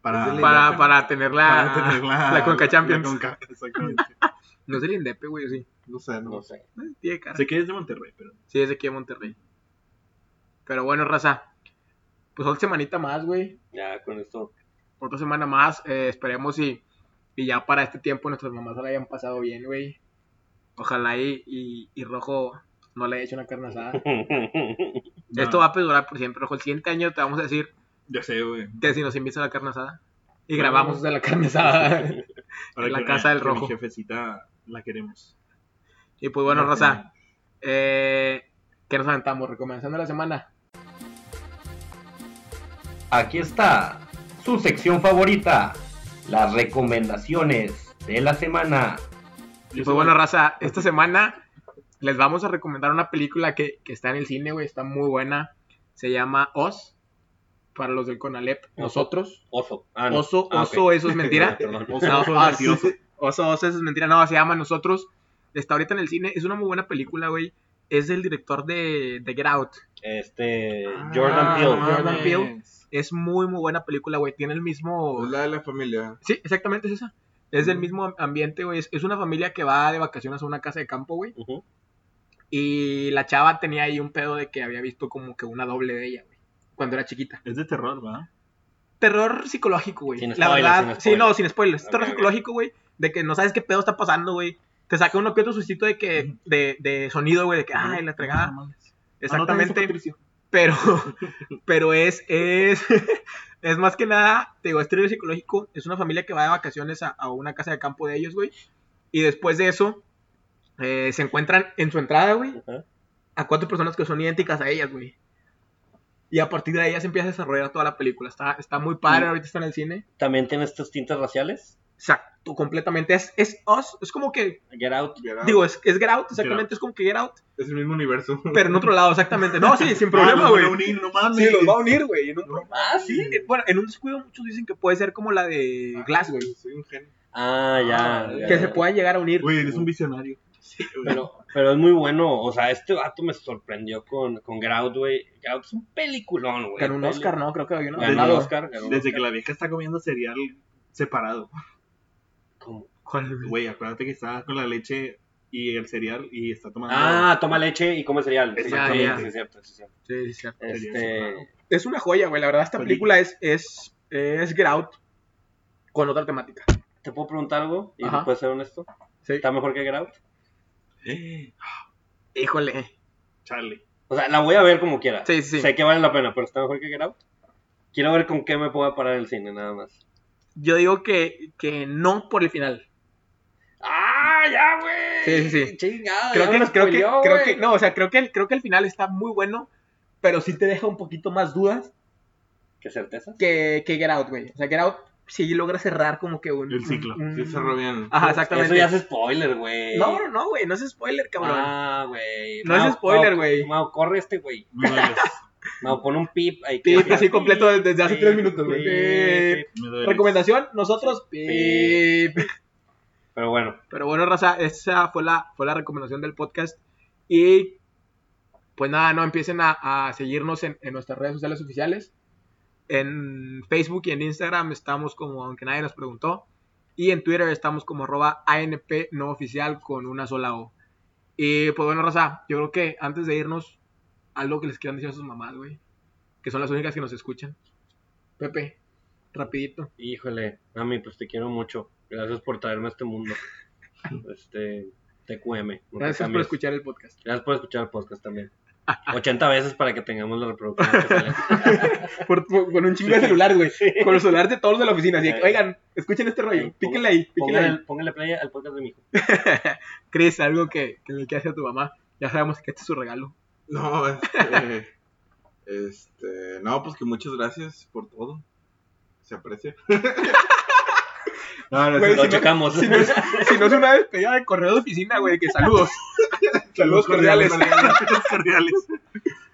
D: Para,
C: Ándale,
B: Para,
C: ya.
B: para tener la.
D: Ah, para <laughs> tener la,
B: la Conca Champions.
D: la Conca, exactamente.
B: <laughs> No es el Indepe, güey, sí.
C: No sé, no.
A: No sé.
B: Tiene cara.
D: sé que es de Monterrey, pero.
B: Sí, es de aquí de Monterrey. Pero bueno, raza. Pues otra semanita más, güey.
A: Ya con esto.
D: <laughs>
B: Otra semana más. eh, esperemos y, y ya para este tiempo nuestras mamás se la hayan pasado bien, güey. Ojalá y, y, y Rojo no le haya hecho una carne <laughs> asada.
D: no,
B: Esto va a perdurar por siempre, Rojo. El siguiente año te vamos a decir
D: Ya sé, güey.
B: que si nos invitas a la carne asada. Y
D: No.
B: grabamos <laughs> de la carne asada.
D: Para
B: En la
D: que-
B: casa del
D: que mi
B: rojo.
D: jefecita la queremos.
B: y pues bueno,
D: No,
B: raza. Eh, ¿Qué nos aventamos? Recomenzando la semana.
E: Aquí está su sección favorita, las recomendaciones de la semana.
B: Y pues bueno, raza, esta semana les vamos a recomendar una película que, que está en el cine, güey, está muy buena. Se llama Oz, para los del Conalep, nosotros.
A: Oso. Ah, no.
B: Oso,
A: Ah, ok.
B: oso, eso
E: <laughs>
B: es mentira.
A: Perdón.
D: Oso,
B: No,
D: oso
B: ah,
D: gracioso.
B: sí, sí. Oso, oso, eso es mentira. No, se llama Nosotros. Está ahorita en el cine, es una muy buena película, güey. Es del director de, de Get Out.
A: Este.
D: Ah,
A: Jordan Peele.
D: mames.
B: Jordan Peele. Es muy, muy buena película, güey. Tiene el mismo...
C: Es la de la familia.
B: Sí, exactamente es esa. Es del mismo am- ambiente, güey. Es, es una familia que va de vacaciones a una casa de campo, güey.
A: Ujú.
B: Y la chava tenía ahí un pedo de que había visto como que una doble de ella, güey. Cuando era chiquita.
D: Es de terror, ¿va?
B: Terror psicológico, güey.
A: Sin
B: La
A: spoilers,
B: verdad,
A: sin
B: sí, no,
A: spoilers.
B: sin spoilers.
A: Ok,
B: Terror
A: ok.
B: psicológico, güey. De que no sabes qué pedo está pasando, güey. Te saca uno que otro sustito de que, de, de sonido, güey, de que, ay, la
A: Ah,
B: fregada. Exactamente. Pero, <laughs> pero es, es, <laughs> es más que nada, te digo, es thriller psicológico. Es una familia que va de vacaciones a, a una casa de campo de ellos, güey. Y después de eso, eh, se encuentran en su entrada, güey,
A: Ajá.
B: a cuatro personas que son idénticas a ellas, güey. Y a partir de ahí ya se empieza a desarrollar toda la película. Está, está muy padre,
A: Mm.
B: ahorita está en el cine.
A: También tiene estos tintes raciales.
B: Exacto, completamente. Es, es Us, es como que,
A: Get Out.
B: digo, es, es Get Out,
D: Get Out.
B: exactamente, es como que Get Out,
C: Es el mismo universo.
B: pero en otro lado, exactamente. No, sí,
D: Ah,
B: sin problema, güey.
D: No, unir, no mames.
B: Sí, los va a unir, güey. En un
A: Ah,
B: Sí, eh, bueno, en un descuido muchos dicen que puede ser como la de Glass, güey.
C: <laughs> Soy un genio.
A: Ah, ya. ya,
B: Que
A: ya.
B: se puedan llegar a unir.
D: Güey, eres un visionario.
A: Pero, pero es muy bueno. O sea, este vato me sorprendió con, con Get Out, güey. Get Out es un peliculón, güey.
B: Ganó un Oscar, ¿no? Creo que ganó un
A: Ganó el
D: Desde-
A: Oscar. ganó un
D: Desde que
A: Oscar.
D: la vieja está comiendo cereal separado.
A: ¿Cómo?
D: Güey, acuérdate que estaba con la leche y el cereal y está tomando. <gasps>
A: Ah, toma leche y come cereal. Sí,
B: Exactamente.
A: sí, sí, es cierto, sí, es cierto.
B: Sí, sí, sí.
A: Este,
B: Es una joya, güey. La verdad, esta
D: Solito.
B: película es, es, es Get Out con otra temática.
A: ¿Te puedo preguntar algo? ¿Y
B: Ajá.
A: puedes ser honesto?
B: Sí.
A: ¿Está mejor que Get Out?
D: Eh,
B: Híjole.
D: Charlie.
A: O sea, la voy a ver como quiera.
B: Sí, sí, sí.
A: Sé que vale la pena, pero está mejor que Get Out. Quiero ver con qué me puedo parar el cine, nada más.
B: Yo digo que, que no por el final.
A: ¡Ah, ya, güey!
B: Sí, sí, sí.
A: Chingada,
B: Creo
A: Ah, ya
B: que,
A: me lo
B: creo que,
A: spoileó,
B: creo
A: güey.
B: que, no, o sea, creo que, el- creo que el final está muy bueno, pero sí te deja un poquito más dudas
A: ¿Qué certeza?
B: que, que Get Out, güey. O sea, Get Out sí logra cerrar como que un...
D: El ciclo.
B: un-
C: Sí, cerró bien.
A: Eso
B: Ajá, Ah, exactamente.
A: ya es spoiler, güey.
B: No, no, no, güey, no es spoiler, cabrón.
A: Ah, güey.
B: No es
A: Mau,
B: spoiler,
A: Mau,
B: güey.
A: Mau, corre este, güey.
D: Me dueles.
A: Mau, pon un pip ahí. que
B: Pip,
A: diga,
B: así completo
A: pip,
B: desde hace
A: pip,
B: tres minutos, güey.
A: pip, pip.
D: Me dueles.
B: Recomendación, nosotros.
A: Pip.
B: pip.
A: Pero bueno,
B: Pero bueno, raza, esa fue la, fue la recomendación del podcast. Y pues nada, no empiecen a, a seguirnos en, en nuestras redes sociales oficiales. En Facebook y en Instagram estamos como aunque nadie nos preguntó. Y en Twitter estamos como arroba ANP no oficial con una sola O. Y pues bueno, raza, yo creo que antes de irnos, algo que les quieran decir a sus mamás, güey. Que son las únicas que nos escuchan. Pepe, rapidito.
A: híjole, mami, pues te quiero mucho. Gracias por traerme a este
B: <laughs>
A: mundo. Este, TQM. no te
B: Gracias por
A: cambies.
B: escuchar el podcast. <laughs>
A: Gracias por escuchar el podcast también. 80 veces para que tengamos la reproducción. este que sale.
B: Por- por- con un chingo de celulares, güey. Con los celulares de todos de la oficina. Así que, oigan, escuchen este rollo. Píquenle ahí, píquenle ahí.
A: Póngale, póngale play al podcast de mi hijo.
B: Chris, algo que, que le quieras a tu mamá. Ya sabemos que este es su regalo.
C: No, este, este, no, pues que muchas gracias por todo. Se aprecia. no, no,
B: Güey,
A: Lo
C: sí,
B: Pues, si no-
A: checamos.
B: Si no es, si no es una despedida de correo de oficina, güey, que saludos. <laughs> saludos cordiales.
D: Saludos cordiales.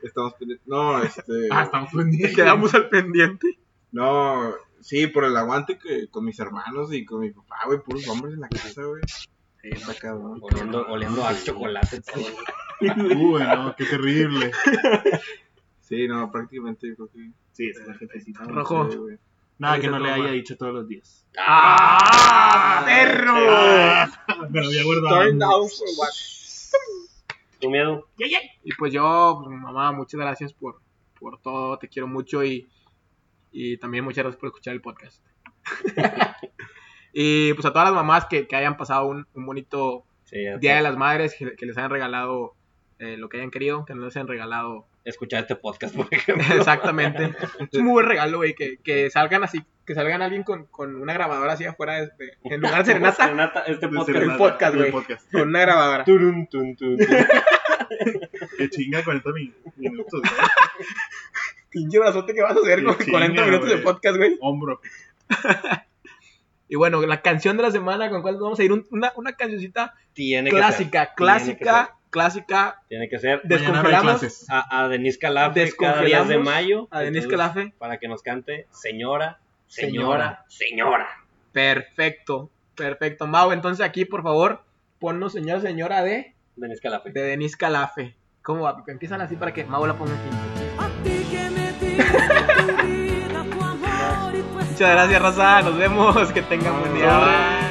C: estamos pendientes. No, este,
D: Ah, estamos pendientes.
B: Quedamos al pendiente.
C: no, sí, por el aguante que con mis hermanos y con mi papá, güey, puros hombres en la casa, güey. Está cabrón.
A: Oliendo, oliendo a chocolate. todo.
D: <laughs> Uy, no, qué terrible.
C: Sí, no, prácticamente yo creo que.
D: Sí, es la jefecita.
B: Rojo.
C: Sí, güey.
D: Nada que no le haya dicho todos los días.
B: <laughs> ¡Ah! ¡Perro!
D: Ah, Eh, Me lo había
B: Ah. Turn
D: guardado.
B: down for what?
A: ¿Tu miedo?
B: Y pues yo, pues, mamá, muchas gracias por, por todo. Te quiero mucho y, y también muchas gracias por escuchar el podcast. <laughs> y pues a todas las mamás que, que hayan pasado un, un bonito
A: Sí, ya
B: Día de
A: te-
B: las Madres, que, que les hayan regalado eh, lo que hayan querido, que no les hayan regalado
A: escuchar este podcast, por
B: <laughs>
A: ejemplo.
B: exactamente. es un muy buen regalo, güey, que, que salgan así, que salgan alguien con, con una grabadora así afuera, de- de- en lugar
A: <laughs>
B: de serenata,
A: Serenata, este
D: De
A: podcast.
D: serenata.
B: el podcast,
D: El
B: güey.
D: podcast.
B: con una grabadora.
A: Turun, tun, tun, tun.
D: Que chinga 40 min- minutos. güey.
B: Pinche brazote que vas a hacer
D: Sí,
B: con
D: chinga,
B: 40 minutos de
D: güey.
B: podcast, güey.
D: Hombro.
B: Y bueno, la canción de la semana con cuál nos vamos a ir, un- una, una cancioncita
A: Tiene que
B: clásica,
A: ser.
B: clásica, clásica.
A: Tiene que ser. Tiene que ser.
D: Mañana no hay
B: Descongelamos
D: clases.
A: A, a Denise Calafe cada 10 de
B: Descongelamos
A: mayo.
B: a Denise
A: Entonces,
B: Calafe.
A: Para que nos cante Señora, Señora, Señora.
B: Perfecto, perfecto. Mau, entonces aquí, por favor, ponnos señor, señora de,
A: Denise Calafe.
B: de Denise Calafe. ¿Cómo va? Empiezan así para que Mau la ponga aquí.
F: A ti que me diste tu vida, tu amor y tu
B: <laughs> Muchas gracias, Raza. Nos vemos. Que tengan buen día. Bye.